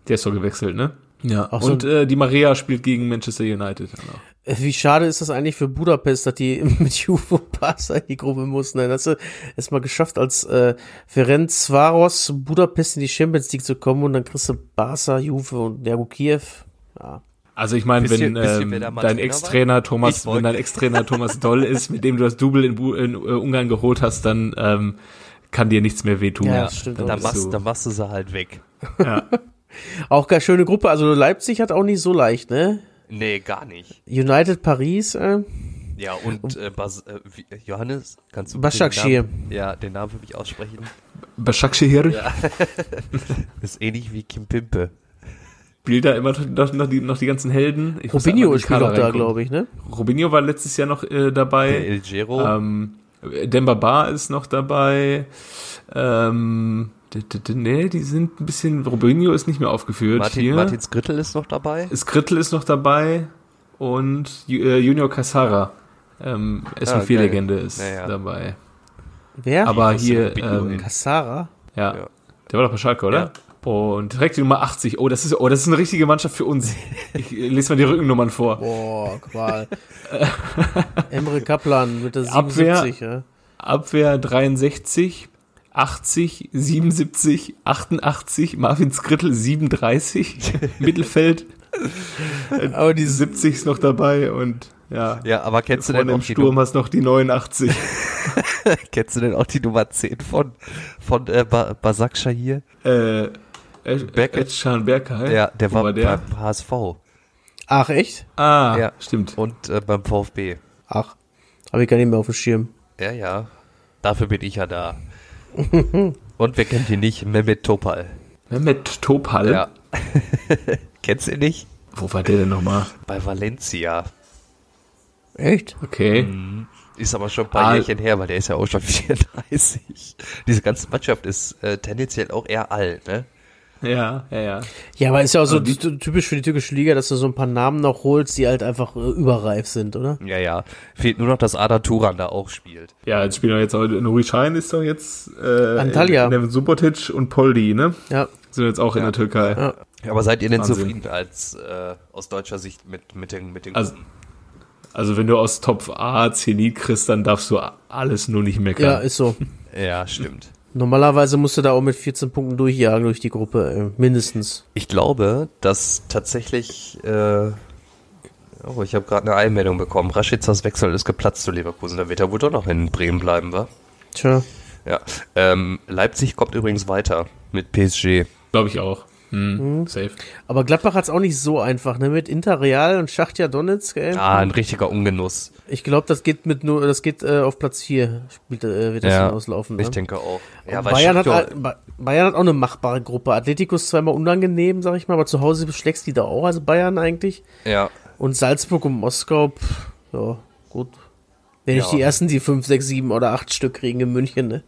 Speaker 3: Der ist doch gewechselt, ne? Ja.
Speaker 2: so
Speaker 3: und äh, die Maria spielt gegen Manchester United. genau. dann auch.
Speaker 2: Äh, Wie schade ist das eigentlich für Budapest, dass die [laughs] mit Juve und Barca in die Gruppe mussten. Dann hast du es mal geschafft, als äh, Ferenc Varos Budapest in die Champions League zu kommen und dann kriegst du Barca, Juve und ja, gut, Kiew. Ja.
Speaker 3: Also ich meine,
Speaker 4: Wisst ihr-
Speaker 3: wenn
Speaker 4: wisst ihr,
Speaker 3: ähm,
Speaker 4: wer da mal
Speaker 3: dein
Speaker 4: Trainer
Speaker 3: Ex-Trainer Thomas,
Speaker 4: Ich wollte-
Speaker 3: wenn dein Ex-Trainer Thomas Doll ist, mit dem du das Double in, Bu in äh, Ungarn geholt hast, dann ähm, kann dir nichts mehr wehtun.
Speaker 2: Ja, das stimmt
Speaker 4: Dann
Speaker 2: auch.
Speaker 3: bist
Speaker 4: machst,
Speaker 3: du-
Speaker 4: dann machst du sie halt weg.
Speaker 2: Auch gar schöne Gruppe. Also Leipzig hat auch nicht so leicht, ne?
Speaker 4: Nee, gar nicht.
Speaker 2: United Paris, äh,
Speaker 4: Ja, und äh, Bas äh, wie, Johannes, kannst du bitte
Speaker 2: Başakşehir.
Speaker 4: den Namen, Ja, den Namen für mich aussprechen.
Speaker 3: Başakşehir
Speaker 4: Ist ähnlich wie Kim Pimpe.
Speaker 3: spielt da immer noch, noch, die, noch die ganzen Helden. Ich muss einmal in
Speaker 2: Robinho
Speaker 3: den
Speaker 2: spielt
Speaker 3: Kader
Speaker 2: auch da,
Speaker 3: reingucken.
Speaker 2: glaube ich, ne?
Speaker 3: Robinho war letztes Jahr noch äh,
Speaker 4: Der
Speaker 3: dabei.
Speaker 4: El Gero.
Speaker 3: Ähm, Demba Ba ist noch dabei. Ähm, d- d- d- nee, die sind ein bisschen. Robinho ist nicht mehr aufgeführt.
Speaker 4: Martin,
Speaker 3: hier.
Speaker 4: Martin Skrittel ist noch dabei.
Speaker 3: Skrittel ist noch dabei und Ju- äh, Junior Cassara, ähm,
Speaker 4: Ah,
Speaker 3: S04-Legende,
Speaker 4: geil.
Speaker 3: ist
Speaker 4: Ja, ja.
Speaker 3: dabei.
Speaker 2: Wer?
Speaker 3: Aber
Speaker 4: muss
Speaker 3: hier,
Speaker 4: Robinho
Speaker 3: ähm,
Speaker 4: hin.
Speaker 2: Kassara?
Speaker 3: ja.
Speaker 4: Ja.
Speaker 3: der war doch bei Schalke, oder? Und direkt die Nummer 80. Oh, das ist, oh, das ist eine richtige Mannschaft für
Speaker 4: [laughs]
Speaker 3: uns. Ich äh, lese mal die Rückennummern vor.
Speaker 2: Boah,
Speaker 3: [laughs]
Speaker 2: Qual. Emre Kaplan mit der
Speaker 3: Abwehr.
Speaker 2: 77, ja.
Speaker 3: Abwehr 63, 80, 77, 88, Marvin Skrittel
Speaker 4: [laughs]
Speaker 3: 37, Mittelfeld
Speaker 2: Aber die
Speaker 3: 70 ist noch dabei und ja.
Speaker 4: Ja, aber kennst du, denn
Speaker 3: Vorne
Speaker 4: auch
Speaker 3: im
Speaker 4: die
Speaker 3: Sturm
Speaker 4: Nummer,
Speaker 3: hast noch die
Speaker 4: [laughs]
Speaker 3: 89.
Speaker 4: kennst du denn auch die Nummer 10 von, von äh, ba Basaksha hier?
Speaker 3: Äh, Berg,
Speaker 4: Berg-
Speaker 3: Özcan Berkay.
Speaker 4: Ja, der
Speaker 3: Wo
Speaker 4: war,
Speaker 3: der?
Speaker 4: beim HSV
Speaker 2: Ach, echt?
Speaker 3: Ah,
Speaker 4: Ja.
Speaker 3: stimmt.
Speaker 4: und äh, beim VfB.
Speaker 2: Ach, habe ich gar nicht mehr auf dem Schirm.
Speaker 4: Ja, ja. Dafür bin ich ja [laughs] da. und wer kennt ihn nicht? Mehmet Topal.
Speaker 3: Mehmet Topal.
Speaker 4: Ja. [laughs] Kennst du ihn nicht?
Speaker 3: Wo war der denn nochmal?
Speaker 4: Bei Valencia.
Speaker 2: Echt?
Speaker 3: Okay.
Speaker 4: Hm. Ist aber schon ein paar
Speaker 3: Ah.
Speaker 4: Jährchen her, weil der ist ja auch schon [laughs] 34. Diese ganze Mannschaft ist äh, tendenziell auch eher alt, ne?
Speaker 3: Ja, ja, ja.
Speaker 2: Ja, aber ist ja auch so ty- typisch für die türkische Liga, dass du so ein paar Namen noch holst, die halt einfach äh, überreif sind, oder?
Speaker 4: Ja, ja. Fehlt nur noch, dass Ada Turan da auch spielt.
Speaker 3: Ja, jetzt spielen wir jetzt heute. Nuri Schein ist doch jetzt. Äh,
Speaker 2: Antalya.
Speaker 3: Nevin Subotic und Poldi, ne?
Speaker 2: Ja.
Speaker 3: Sind jetzt auch in der Türkei.
Speaker 4: Aber seid ihr denn
Speaker 3: Wahnsinn.
Speaker 4: zufrieden als äh, aus deutscher Sicht mit, mit den mit den
Speaker 3: Also,
Speaker 4: Gruppen?
Speaker 3: also, wenn du aus Top A Zenit kriegst, dann darfst du alles nur nicht meckern.
Speaker 2: Ja, ist so.
Speaker 4: Ja, stimmt.
Speaker 2: Normalerweise musst du da auch mit 14 Punkten durchjagen durch die Gruppe, äh, mindestens.
Speaker 4: Ich glaube, dass tatsächlich äh, Oh, ich habe gerade eine Einmeldung bekommen. Raschizas Wechsel ist geplatzt zu Leverkusen. Da wird er wohl doch noch in Bremen bleiben, wa?
Speaker 2: Tja.
Speaker 4: Ja. Ähm, Leipzig kommt übrigens weiter mit PSG.
Speaker 3: Glaube ich auch. Hm,
Speaker 2: Mhm.
Speaker 3: Safe.
Speaker 2: Aber Gladbach hat's auch nicht so einfach, ne? Mit Inter Real und Schachtja Donetsk, ey.
Speaker 4: Ah, ein richtiger Ungenuss.
Speaker 2: Ich glaube, das geht mit nur, das geht äh, auf Platz 4, spielt, äh, wird das dann auslaufen. Ne?
Speaker 4: Ich denke auch. Ja, weil
Speaker 2: Bayern, hat,
Speaker 4: Shakhtar-
Speaker 2: all- Ba- Bayern hat auch eine machbare Gruppe. Atletico ist zweimal unangenehm, sag ich mal, aber zu Hause schlägst die da auch, also Bayern eigentlich.
Speaker 4: ja,
Speaker 2: Und Salzburg und Moskau, pff, ja, gut. Wenn ich
Speaker 4: Ja.
Speaker 2: die ersten, die fünf, sechs, sieben oder acht Stück kriegen in München, ne?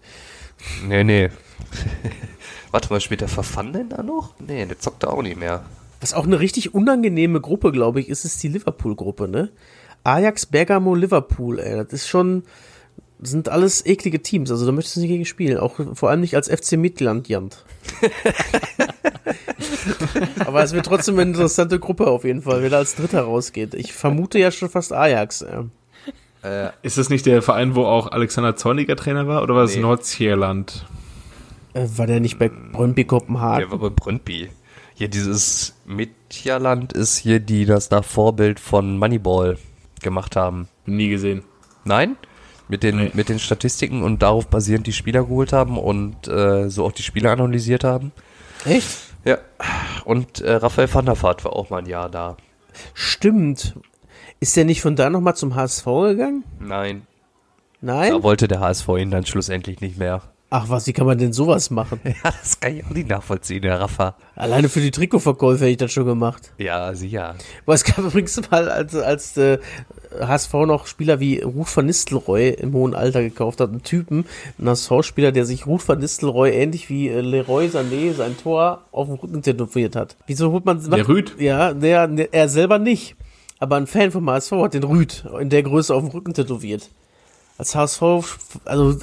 Speaker 4: nee, nee. [laughs] Warte mal, spielt der Verfan denn da noch? Nee, der zockt da auch nicht mehr.
Speaker 2: Was auch eine richtig unangenehme Gruppe, glaube ich, ist, ist die Liverpool-Gruppe, ne? Ajax, Bergamo, Liverpool, ey, das ist schon, sind alles eklige Teams, also da möchtest du nicht gegen spielen, auch vor allem nicht als FC Midland, Jant. [laughs] Aber es wird trotzdem eine interessante Gruppe auf jeden Fall, wer da als Dritter rausgeht. Ich vermute ja schon fast Ajax. Äh.
Speaker 3: Ist das nicht der Verein, wo auch Alexander Zorniger Trainer war? Oder war das
Speaker 4: Nee.
Speaker 3: Nordsjælland?
Speaker 2: Äh, War der nicht bei Brøndby
Speaker 4: Der
Speaker 2: Kopenhagen?
Speaker 4: war bei Brøndby. Hier dieses Mitjaland ist hier, die das nach Vorbild von Moneyball gemacht haben.
Speaker 3: Nie gesehen.
Speaker 4: Nein? Mit den,
Speaker 3: Nee.
Speaker 4: mit den Statistiken und darauf basierend die Spieler geholt haben und äh, so auch die Spieler analysiert haben.
Speaker 2: Echt?
Speaker 4: Ja. Und äh, Raphael van der Vaart war auch mal ein Jahr da.
Speaker 2: Stimmt. Ist der nicht von da nochmal zum HSV gegangen?
Speaker 4: Nein. Da
Speaker 2: Nein?
Speaker 4: wollte der HSV ihn dann schlussendlich nicht mehr.
Speaker 2: Ach was, wie kann man denn sowas machen?
Speaker 4: Ja, [laughs] das kann ich auch nicht nachvollziehen, Herr Rafa.
Speaker 2: Alleine für die Trikotverkäufe hätte ich das schon gemacht.
Speaker 4: Ja, sicher.
Speaker 2: Aber es gab [laughs] übrigens mal, als, als äh, HSV noch Spieler wie Ruth van Nistelrooy im hohen Alter gekauft hat, einen Typen, einen HSV-Spieler, der sich Ruth van Nistelrooy ähnlich wie äh, Leroy Sané sein Tor auf den Rücken tätowiert hat. Wieso holt man...
Speaker 3: Der Rüd?
Speaker 2: Ja, der, der, er selber nicht. Aber ein Fan vom HSV hat den Rüd in der Größe auf dem Rücken tätowiert. als HSV, also äh,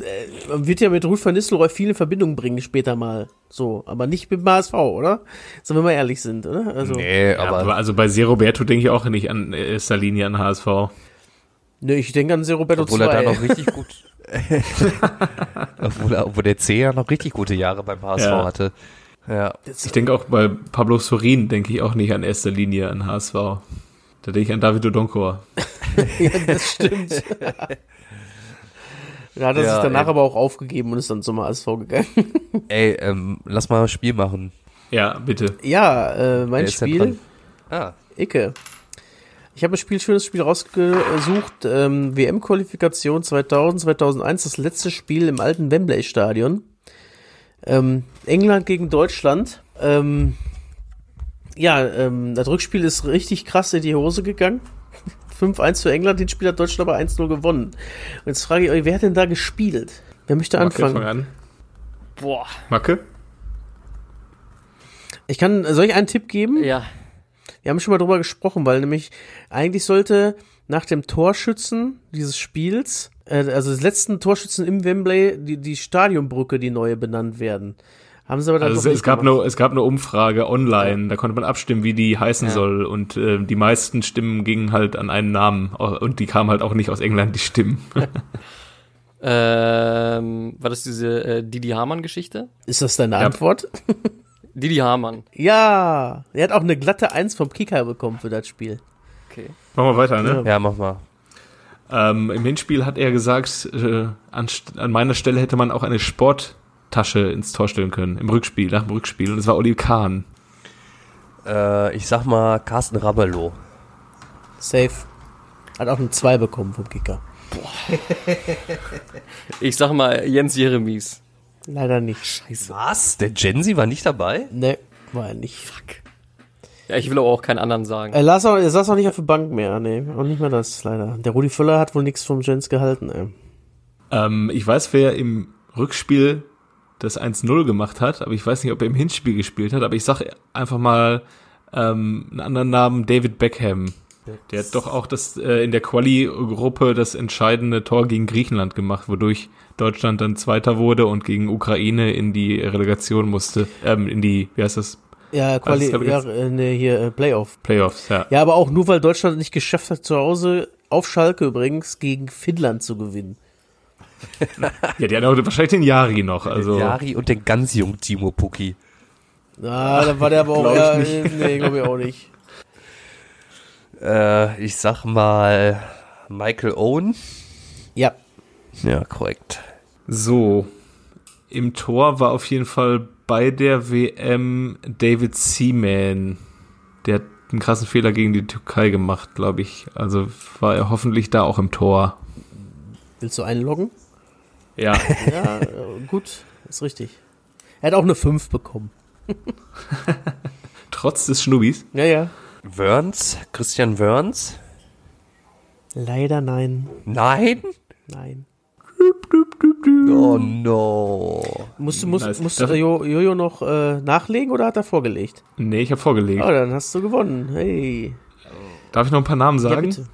Speaker 2: man wird ja mit Ruth van Nistelrooy viele Verbindungen bringen später mal. So, aber nicht mit dem HSV, oder? So, wenn wir ehrlich sind, oder? Also,
Speaker 4: Nee,
Speaker 3: Ja, aber also bei Ser Roberto denke ich auch nicht an äh, erster Linie an HSV.
Speaker 2: nee, ne, ich denke an Seroberto
Speaker 4: Obwohl er da
Speaker 2: 2.
Speaker 4: noch richtig [laughs] gut. obwohl, er, obwohl der C ja noch richtig gute Jahre beim HSV
Speaker 3: Ja.
Speaker 4: hatte. Ja.
Speaker 3: Ich denke auch bei Pablo Sorin denke ich auch nicht an erster Linie an HSV. Da denke ich an David Odonkor.
Speaker 2: [laughs] ja, das stimmt.
Speaker 4: [laughs]
Speaker 2: Da hat er
Speaker 4: Ja,
Speaker 2: sich danach
Speaker 4: ey.
Speaker 2: aber auch aufgegeben und ist dann zum HSV
Speaker 4: [laughs]
Speaker 2: gegangen.
Speaker 4: Ey, ähm, lass mal ein Spiel machen.
Speaker 3: Ja, bitte.
Speaker 2: Ja, äh,
Speaker 4: Wer
Speaker 2: mein
Speaker 4: ist denn
Speaker 2: Spiel,
Speaker 4: dran? Ah,
Speaker 2: Icke. Ich habe ein Spiel, schönes Spiel rausgesucht. Ähm, WM-Qualifikation 2000, 2001, das letzte Spiel im alten Wembley-Stadion. Ähm, England gegen Deutschland. Ähm, ja, ähm, das Rückspiel ist richtig krass in die Hose gegangen. [laughs] 5-1 für England, den Spiel hat Deutschland aber 1-0 gewonnen. Und jetzt frage ich euch, wer hat denn da gespielt? Wer möchte anfangen?
Speaker 3: Macke, fang an.
Speaker 1: Boah.
Speaker 3: Macke?
Speaker 2: Ich kann, soll ich einen Tipp geben?
Speaker 1: Ja.
Speaker 2: Wir haben schon mal drüber gesprochen, weil nämlich eigentlich sollte nach dem Torschützen dieses Spiels, äh, also des letzten Torschützen im Wembley, die, die Stadionbrücke, die neue benannt werden. Haben sie aber dann
Speaker 3: Also es,
Speaker 2: doch
Speaker 3: es,
Speaker 2: nicht
Speaker 3: gab
Speaker 2: gemacht.
Speaker 3: eine, es gab eine Umfrage online, da konnte man abstimmen, wie die heißen soll. Und äh, die meisten Stimmen gingen halt an einen Namen. Und die kamen halt auch nicht aus England, die Stimmen.
Speaker 1: Ähm, war das diese äh, Didi Hamann-Geschichte?
Speaker 2: Ist das deine Antwort?
Speaker 1: Didi Hamann.
Speaker 2: Ja. Er hat auch eine glatte Eins vom Kicker bekommen für das Spiel.
Speaker 1: Okay.
Speaker 3: [laughs] Machen wir weiter, ne?
Speaker 4: ja, mach mal.
Speaker 3: Ähm, Im Hinspiel hat er gesagt, äh, an, St- an meiner Stelle hätte man auch eine Sporttasche ins Tor stellen können. Im Rückspiel, nach dem Rückspiel. Und es war Oli Kahn.
Speaker 4: Äh, ich sag mal Carsten Rabelow.
Speaker 2: Safe. Hat auch eine Zwei bekommen vom Kicker.
Speaker 1: Ich sag mal Jens Jeremies.
Speaker 2: Leider nicht.
Speaker 4: Was? Der Gensi war nicht dabei?
Speaker 2: Ne, war er nicht. Fuck.
Speaker 1: Ja, ich will aber auch keinen anderen sagen.
Speaker 3: Äh,
Speaker 2: Er, las auch, er saß auch nicht auf der Bank mehr, ne. Auch nicht mehr das, leider. Der Rudi Völler hat wohl nichts vom Jens gehalten, ey.
Speaker 3: Ähm, ich weiß, wer im Rückspiel das 1-0 gemacht hat, aber ich weiß nicht, ob er im Hinspiel gespielt hat. Aber ich sag einfach mal ähm, einen anderen Namen, David Beckham. Der hat doch auch das äh, in der Quali-Gruppe das entscheidende Tor gegen Griechenland gemacht, wodurch Deutschland dann Zweiter wurde und gegen Ukraine in die Relegation musste, ähm, in die, wie heißt das,
Speaker 2: Ja, Quali,
Speaker 3: glaub ich,
Speaker 2: ja,
Speaker 3: jetzt-
Speaker 2: äh, nee, hier äh, Playoff.
Speaker 3: Playoffs, ja.
Speaker 2: Ja, aber auch nur, weil Deutschland nicht geschafft hat, zu Hause auf Schalke übrigens gegen Finnland zu gewinnen.
Speaker 3: Ja, die hatten auch wahrscheinlich den Jari noch. Also
Speaker 4: Jari und den ganz jungen Timo Pucki.
Speaker 2: Ah, da war der aber auch.
Speaker 3: glaub ich
Speaker 2: Ja,
Speaker 3: nicht.
Speaker 2: äh, [laughs] nee, glaube ich auch nicht.
Speaker 4: Äh, ich sag mal Michael Owen.
Speaker 2: Ja,
Speaker 4: Ja, korrekt.
Speaker 3: So, im Tor war auf jeden Fall bei der WM David Seaman. Der hat einen krassen Fehler gegen die Türkei gemacht, glaube ich. Also war er hoffentlich da auch im Tor.
Speaker 2: willst du einloggen?
Speaker 3: Ja,
Speaker 2: Ja, äh, gut, ist richtig. Er hat auch eine 5 bekommen.
Speaker 3: [laughs] trotz des Schnubbis.
Speaker 2: Ja, ja.
Speaker 4: Wörns? Christian Wörns?
Speaker 2: Leider nein.
Speaker 4: Nein?
Speaker 2: Nein.
Speaker 4: Oh no.
Speaker 2: Musst du, musst,
Speaker 3: Nice.
Speaker 2: musst
Speaker 3: Darf-
Speaker 2: du jo Jojo noch äh, nachlegen oder hat er vorgelegt?
Speaker 3: Nee, ich habe vorgelegt.
Speaker 2: Oh, dann hast du gewonnen. Hey.
Speaker 3: Darf ich noch ein paar Namen
Speaker 2: Ja,
Speaker 3: sagen?
Speaker 2: bitte.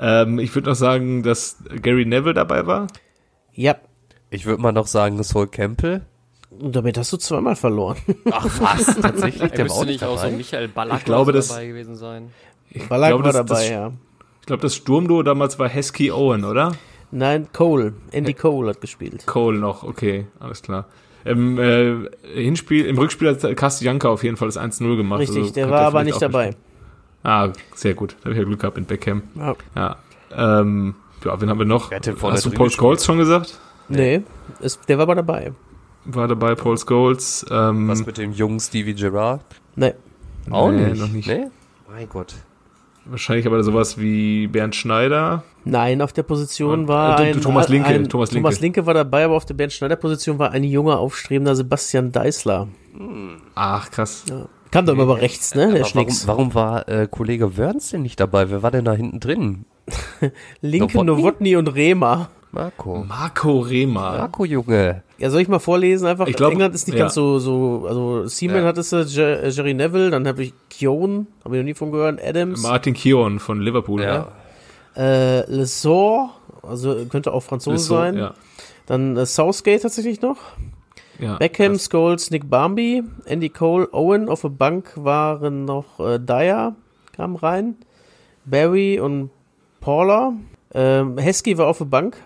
Speaker 3: ähm, ich würde noch sagen, dass Gary Neville dabei war.
Speaker 2: Ja.
Speaker 4: Ich würde mal noch sagen Sol Campbell.
Speaker 2: Und damit hast du zweimal verloren.
Speaker 4: Ach was, tatsächlich?
Speaker 1: Er müsste nicht um auch so Michael Ballack
Speaker 3: Ich glaube,
Speaker 1: oder
Speaker 3: das-
Speaker 1: so dabei gewesen sein.
Speaker 3: Ich
Speaker 2: Ballack
Speaker 3: glaube,
Speaker 2: war
Speaker 3: das-
Speaker 2: dabei,
Speaker 3: das-
Speaker 2: ja.
Speaker 3: Ich glaube, das Sturmduo damals war Heskey Owen, oder?
Speaker 2: Nein, Cole. Andy Cole hat gespielt.
Speaker 3: Cole noch, okay, alles klar. Im, äh, Hinspiel, Im Rückspiel hat Kastianka auf jeden Fall das 1-0 gemacht.
Speaker 2: Richtig,
Speaker 3: also
Speaker 2: der
Speaker 3: hat
Speaker 2: war
Speaker 3: er
Speaker 2: aber
Speaker 3: vielleicht
Speaker 2: nicht
Speaker 3: auch
Speaker 2: dabei.
Speaker 3: gespielt. Ah, sehr gut. Da habe ich ja Glück gehabt mit Beckham.
Speaker 2: Ja.
Speaker 3: Ja, ähm, ja wen haben wir noch?
Speaker 4: Wer hat denn vorne
Speaker 3: Hast du
Speaker 4: drin
Speaker 3: Paul
Speaker 4: gespielt?
Speaker 3: Scholes schon gesagt?
Speaker 2: Nee, es, der war aber dabei.
Speaker 3: War dabei, Paul Scholes. Ähm,
Speaker 4: Was mit dem jungen Stevie Gerrard?
Speaker 2: Nee.
Speaker 3: nee, Noch nicht.
Speaker 4: Nee? Mein Gott.
Speaker 3: Wahrscheinlich aber sowas wie Bernd Schneider.
Speaker 2: Nein, auf der Position
Speaker 3: Und,
Speaker 2: war
Speaker 3: äh,
Speaker 2: ein,
Speaker 3: Thomas Linke,
Speaker 2: ein
Speaker 3: Thomas Linke.
Speaker 2: Thomas Linke war dabei, aber auf der Bernd Schneider Position war ein junger aufstrebender Sebastian Deißler.
Speaker 3: Ach, krass.
Speaker 2: Ja. Kam
Speaker 3: Mhm.
Speaker 2: doch immer über rechts, ne? Der
Speaker 4: Aber warum,
Speaker 2: Schnicks.
Speaker 4: warum war äh, Kollege Wörns denn nicht dabei? Wer war denn da hinten drin?
Speaker 2: Linke,
Speaker 4: Nowotny?
Speaker 2: Nowotny und Rehmer.
Speaker 4: Marco.
Speaker 3: Marco Rehmer.
Speaker 4: Marco, Junge.
Speaker 2: Ja, soll ich mal vorlesen? Einfach,
Speaker 3: Ich glaub,
Speaker 2: England ist nicht
Speaker 3: ja.
Speaker 2: ganz so, so, also Seaman
Speaker 3: Ja.
Speaker 2: hat es, äh, Jer- äh, Jerry Neville, dann habe ich Kion, habe ich noch nie von gehört, Adams,
Speaker 3: ne? Martin Kion von Liverpool.
Speaker 4: Ja.
Speaker 3: ja.
Speaker 2: äh, Lesor also könnte auch Franzose
Speaker 3: Ist so,
Speaker 2: sein.
Speaker 3: Ja.
Speaker 2: Dann äh, Southgate tatsächlich noch.
Speaker 3: ja.
Speaker 2: Beckham, Scholes, Nick Barmby, Andy Cole, Owen. Auf der Bank waren noch äh, Dyer, kam rein. Barry und Paula. Ähm, Heskey war auf der Bank.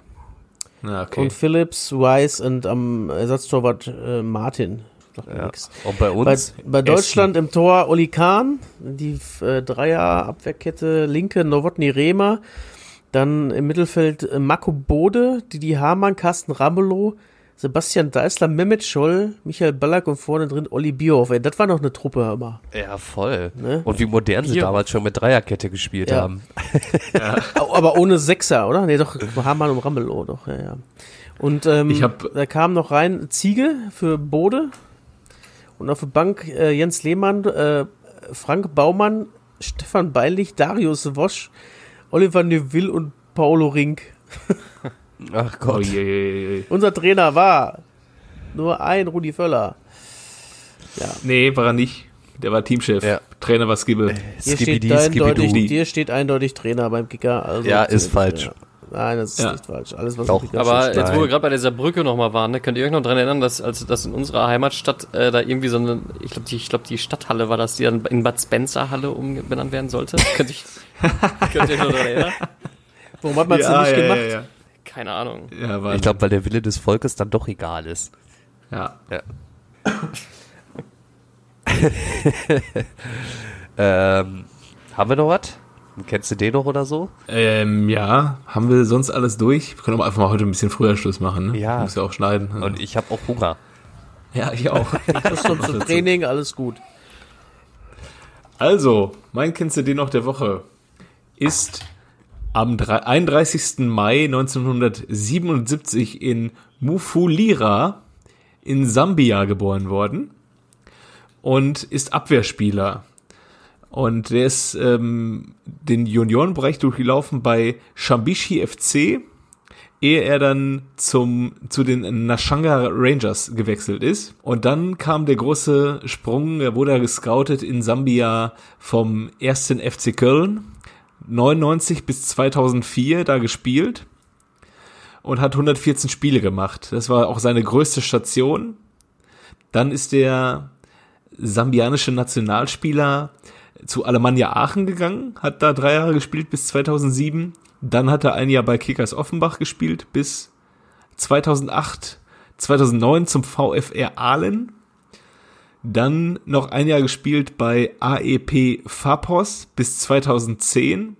Speaker 3: Ja, okay.
Speaker 2: Und Phillips, Rice und am Ersatztorwart äh, Martin. Sagt mir
Speaker 4: Ja.
Speaker 2: nix.
Speaker 4: Und bei
Speaker 2: Bei,
Speaker 4: uns?
Speaker 2: bei Deutschland im Tor Oli Kahn, die äh, Dreier-Abwehrkette linke Nowotny Rehmer, dann im Mittelfeld äh, Marco Bode, Didi Hamann, Carsten Ramelow, Sebastian Deißler, Mehmet Scholl, Michael Ballack und vorne drin Olli Bierhoff. Ey, das war noch eine Truppe immer.
Speaker 4: ja, voll.
Speaker 2: Ne?
Speaker 4: Und wie modern sie
Speaker 1: Hier.
Speaker 4: damals schon mit Dreierkette gespielt
Speaker 2: Ja.
Speaker 4: haben.
Speaker 2: Au- Aber ohne Sechser, oder? Nee, doch, Hamann und Ramelow, doch, ja, ja. Und ähm,
Speaker 3: Ich hab-
Speaker 2: da kam noch rein Ziege für Bode und auf der Bank äh, Jens Lehmann, äh, Frank Baumann, Stefan Beilig, Darius Wosch, Oliver Neuville und Paolo Rink.
Speaker 3: oh,
Speaker 4: Ach Gott.
Speaker 3: je, je, je.
Speaker 2: Unser Trainer war nur ein Rudi Völler.
Speaker 3: Nee, war er nicht. Der war Teamchef.
Speaker 4: Ja. Äh,
Speaker 3: Trainer was gebe.
Speaker 2: Hier
Speaker 4: Skibidi,
Speaker 2: steht, eindeutig,
Speaker 4: Skibidoo.
Speaker 2: hier steht eindeutig Trainer beim Kicker. Also
Speaker 4: Ja, ist
Speaker 2: zählt,
Speaker 4: falsch.
Speaker 2: ja. Nein, das ist
Speaker 3: Ja.
Speaker 2: nicht falsch. Alles, was
Speaker 4: Doch.
Speaker 2: im Kicker
Speaker 1: Aber
Speaker 2: steht,
Speaker 1: jetzt, wo
Speaker 4: Nein.
Speaker 1: wir gerade bei dieser Brücke nochmal waren, ne, könnt ihr euch noch dran erinnern, dass, als, dass in unserer Heimatstadt äh, da irgendwie so eine, ich glaube, die, ich glaub, die Stadthalle war das, die dann in Bad Spencer Halle umbenannt werden sollte? könnt, ich, könnt ihr euch noch dran erinnern?
Speaker 2: warum hat man es denn nicht gemacht?
Speaker 3: ja, ja.
Speaker 1: Keine Ahnung.
Speaker 3: Ja, war
Speaker 4: Ich glaube, weil der Wille des Volkes dann doch egal ist.
Speaker 3: ja.
Speaker 4: Ähm, haben wir noch was? Kennst du den noch oder so?
Speaker 3: Ähm, ja, haben wir sonst alles durch? Wir können aber einfach mal heute ein bisschen früher Schluss machen, ne?
Speaker 4: Ja.
Speaker 3: Muss ja auch schneiden.
Speaker 4: Und ich habe auch Hunger.
Speaker 3: ja, ich
Speaker 4: [laughs]
Speaker 3: auch.
Speaker 2: Das kommt zum Training, alles gut.
Speaker 3: Also, mein Kennst du den noch der Woche ist am 3 31. Mai 1977 in Mufulira in Sambia geboren worden und ist Abwehrspieler. Und der ist ähm, den Juniorenbereich durchlaufen bei Shambishi FC, ehe er dann zum, zu den Nashanga Rangers gewechselt ist. Und dann kam der große Sprung, er wurde gescoutet in Sambia vom ersten FC Köln, 99 bis 2004 da gespielt und hat 114 Spiele gemacht. Das war auch seine größte Station. Dann ist der sambianische Nationalspieler zu Alemannia Aachen gegangen, hat da drei Jahre gespielt bis 2007. Dann hat er ein Jahr bei Kickers Offenbach gespielt bis 2008, 2009 zum VfR Aalen. Dann noch ein Jahr gespielt bei AEP Fapos bis 2010.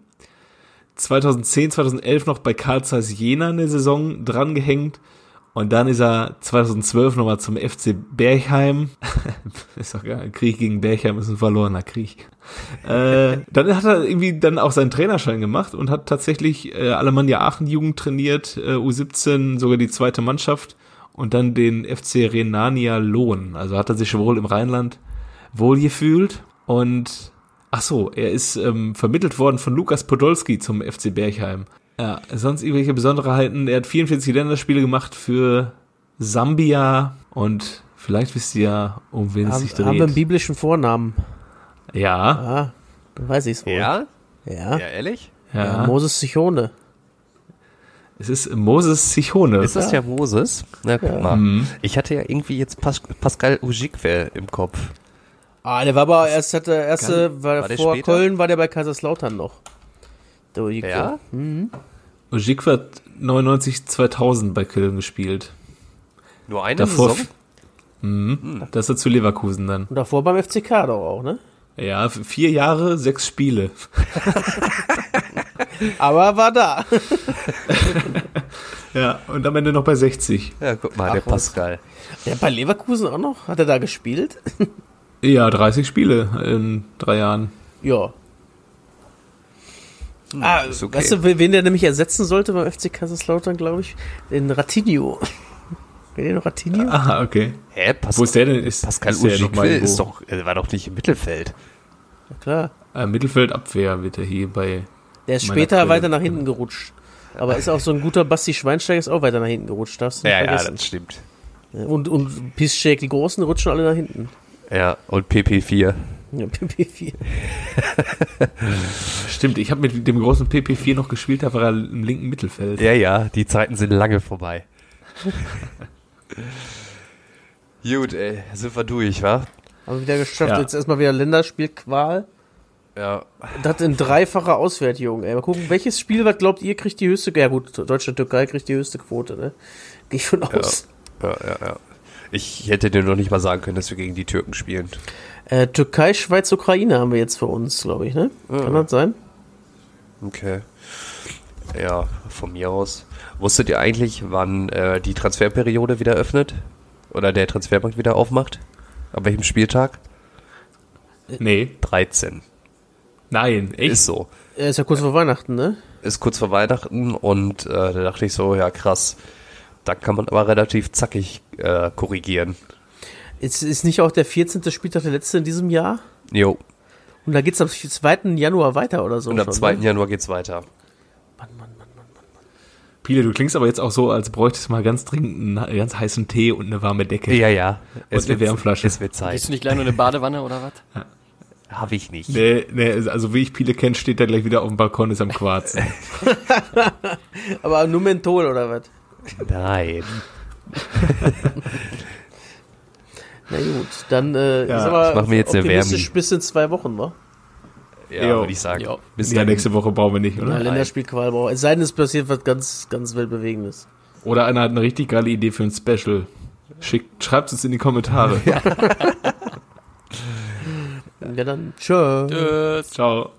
Speaker 3: 2010, 2011 noch bei Karl Zeiss Jena eine Saison drangehängt. Und dann ist er 2012 nochmal zum FC Bergheim. [laughs] ist doch gar Krieg gegen Bergheim ist ein verlorener Krieg. äh, dann hat er irgendwie dann auch seinen Trainerschein gemacht und hat tatsächlich äh, Alemannia Aachen Jugend trainiert, äh, U17, sogar die zweite Mannschaft und dann den FC Renania Lohn. Also hat er sich wohl im Rheinland wohlgefühlt und ach so, er ist ähm, vermittelt worden von Lukas Podolski zum FC Bergheim. Ja, sonst irgendwelche Besonderheiten. Er hat 44 Länderspiele gemacht für Sambia und vielleicht wisst ihr ja, um wen es
Speaker 2: Haben,
Speaker 3: sich
Speaker 2: haben wir einen
Speaker 3: dreht.
Speaker 2: biblischen Vornamen?
Speaker 3: Ja,
Speaker 2: Ah, dann weiß ich es wohl.
Speaker 4: Ja?
Speaker 2: Ja.
Speaker 4: Ja, ehrlich?
Speaker 3: ja.
Speaker 2: Moses Sichone.
Speaker 3: Es ist Moses Sichone.
Speaker 4: Ist das ja Moses? Na, guck mal. Ich hatte ja irgendwie jetzt Pas Pascal Ujikwe im Kopf.
Speaker 2: Ah, der war aber erst hatte erste war,
Speaker 4: war der
Speaker 2: vor
Speaker 4: später?
Speaker 2: Köln war der bei Kaiserslautern noch. Der Ojiko.
Speaker 4: Ja?
Speaker 3: Ojikwa hat 99 2000 bei Köln gespielt.
Speaker 4: Nur eine
Speaker 3: Davor.
Speaker 4: Saison? Hm.
Speaker 3: Mhm. Das ist zu Leverkusen dann.
Speaker 2: Und davor beim FCK doch auch, ne?
Speaker 3: Ja, f- vier Jahre, sechs Spiele. [laughs]
Speaker 2: Aber war
Speaker 4: [laughs]
Speaker 2: da.
Speaker 3: Ja, und am Ende noch bei 60.
Speaker 4: Ja, guck mal, der Pascal.
Speaker 2: Der hat bei Leverkusen auch noch? Hat er da gespielt?
Speaker 3: Ja, 30 Spiele in drei Jahren.
Speaker 2: ja. ah,
Speaker 4: Hm, ist okay.
Speaker 2: weißt du, we- wen der nämlich ersetzen sollte beim FC Kaiserslautern, glaube ich? Den Ratinho. [laughs] Kennt ihr noch Ratinho?
Speaker 3: Aha, okay.
Speaker 4: Hä? Pas
Speaker 3: Wo ist der denn? Ist,
Speaker 4: Pascal
Speaker 3: ist der
Speaker 4: Ujikwe
Speaker 3: irgendwo?
Speaker 4: ist doch, äh, war doch nicht im Mittelfeld.
Speaker 2: Ja, klar.
Speaker 3: Äh, Mittelfeldabwehr wird er hier bei.
Speaker 2: Der ist
Speaker 3: meiner
Speaker 2: später
Speaker 3: Quelle.
Speaker 2: weiter nach hinten gerutscht. Aber ist auch so ein guter Basti Schweinsteiger, ist auch weiter nach hinten gerutscht. Darfst du nicht
Speaker 4: Ja, ja,
Speaker 2: vergessen.
Speaker 4: das stimmt.
Speaker 2: Äh, Und, und Piszczek, die Großen rutschen alle nach hinten.
Speaker 4: Ja, und PP4.
Speaker 2: Ja, [laughs] PP4.
Speaker 3: Stimmt, ich habe mit dem großen PP4 noch gespielt, da war er im linken Mittelfeld.
Speaker 4: Ja, ja, die Zeiten sind lange vorbei. [laughs] Gut, ey, sind wir durch, wa?
Speaker 2: Haben wir wieder geschafft.
Speaker 3: Ja.
Speaker 2: Jetzt erstmal wieder Länderspielqual.
Speaker 4: Ja.
Speaker 2: Das in dreifacher Auswertung, ey. Mal gucken, welches Spiel, was glaubt ihr, kriegt die höchste, ja gut, Deutschland, Türkei kriegt die höchste Quote, ne? Gehe ich von aus.
Speaker 4: ja, ja, ja. Ich hätte dir noch nicht mal sagen können, dass wir gegen die Türken spielen.
Speaker 2: Äh, Türkei, Schweiz, Ukraine haben wir jetzt für uns, glaube ich, ne? Kann das sein?
Speaker 4: Okay. Ja, von mir aus. Wusstet ihr eigentlich, wann äh, die Transferperiode wieder öffnet? Oder der Transfermarkt wieder aufmacht? An welchem Spieltag?
Speaker 3: Nee,
Speaker 4: 13.
Speaker 3: nein, echt.
Speaker 4: Ist so.
Speaker 2: Äh, ist ja kurz vor Weihnachten, ne?
Speaker 4: Ist kurz vor Weihnachten und äh, da dachte ich so, ja krass. Da kann man aber relativ zackig äh, korrigieren.
Speaker 2: Ist, ist nicht auch der 14. Spieltag der letzte in diesem Jahr?
Speaker 4: Jo.
Speaker 2: Und da geht's am 2. Januar weiter oder so.
Speaker 4: Und am
Speaker 2: schon,
Speaker 4: 2.
Speaker 2: ne?
Speaker 4: Januar geht's weiter.
Speaker 2: Mann, Mann, Mann, Mann.
Speaker 3: Pile, du klingst aber jetzt auch so, als bräuchtest du mal ganz dringend einen ganz heißen Tee und eine warme Decke.
Speaker 4: Ja, ja.
Speaker 3: eine Wärmflasche.
Speaker 4: Es wird
Speaker 1: Bist
Speaker 4: Zeit.
Speaker 1: du nicht gleich nur eine Badewanne oder was?
Speaker 4: Habe ich nicht.
Speaker 3: Nee, nee, also wie ich Pile kenne, steht er gleich wieder auf dem Balkon, ist am Quarz.
Speaker 2: Aber nur Menthol oder was?
Speaker 4: Nein.
Speaker 2: Na gut, dann äh,
Speaker 3: Ja,
Speaker 2: ist aber
Speaker 4: ich mach mir jetzt eine
Speaker 2: optimistisch
Speaker 4: Wärme.
Speaker 2: bis in zwei Wochen, wa?
Speaker 4: Ja,
Speaker 3: Jo.
Speaker 4: würde ich sagen.
Speaker 1: Jo.
Speaker 4: [laughs] Bis
Speaker 3: ja, nächste Woche brauchen wir nicht,
Speaker 2: Ja,
Speaker 3: oder?
Speaker 2: Länderspielqual braucht. Es sei denn, es passiert was ganz, ganz weltbewegendes.
Speaker 3: Oder einer hat eine richtig geile Idee für ein Special. Schickt, schreibt es in die
Speaker 4: [laughs]
Speaker 3: Kommentare.
Speaker 2: Ja, dann tschö.
Speaker 1: Tschüss.
Speaker 3: Ciao.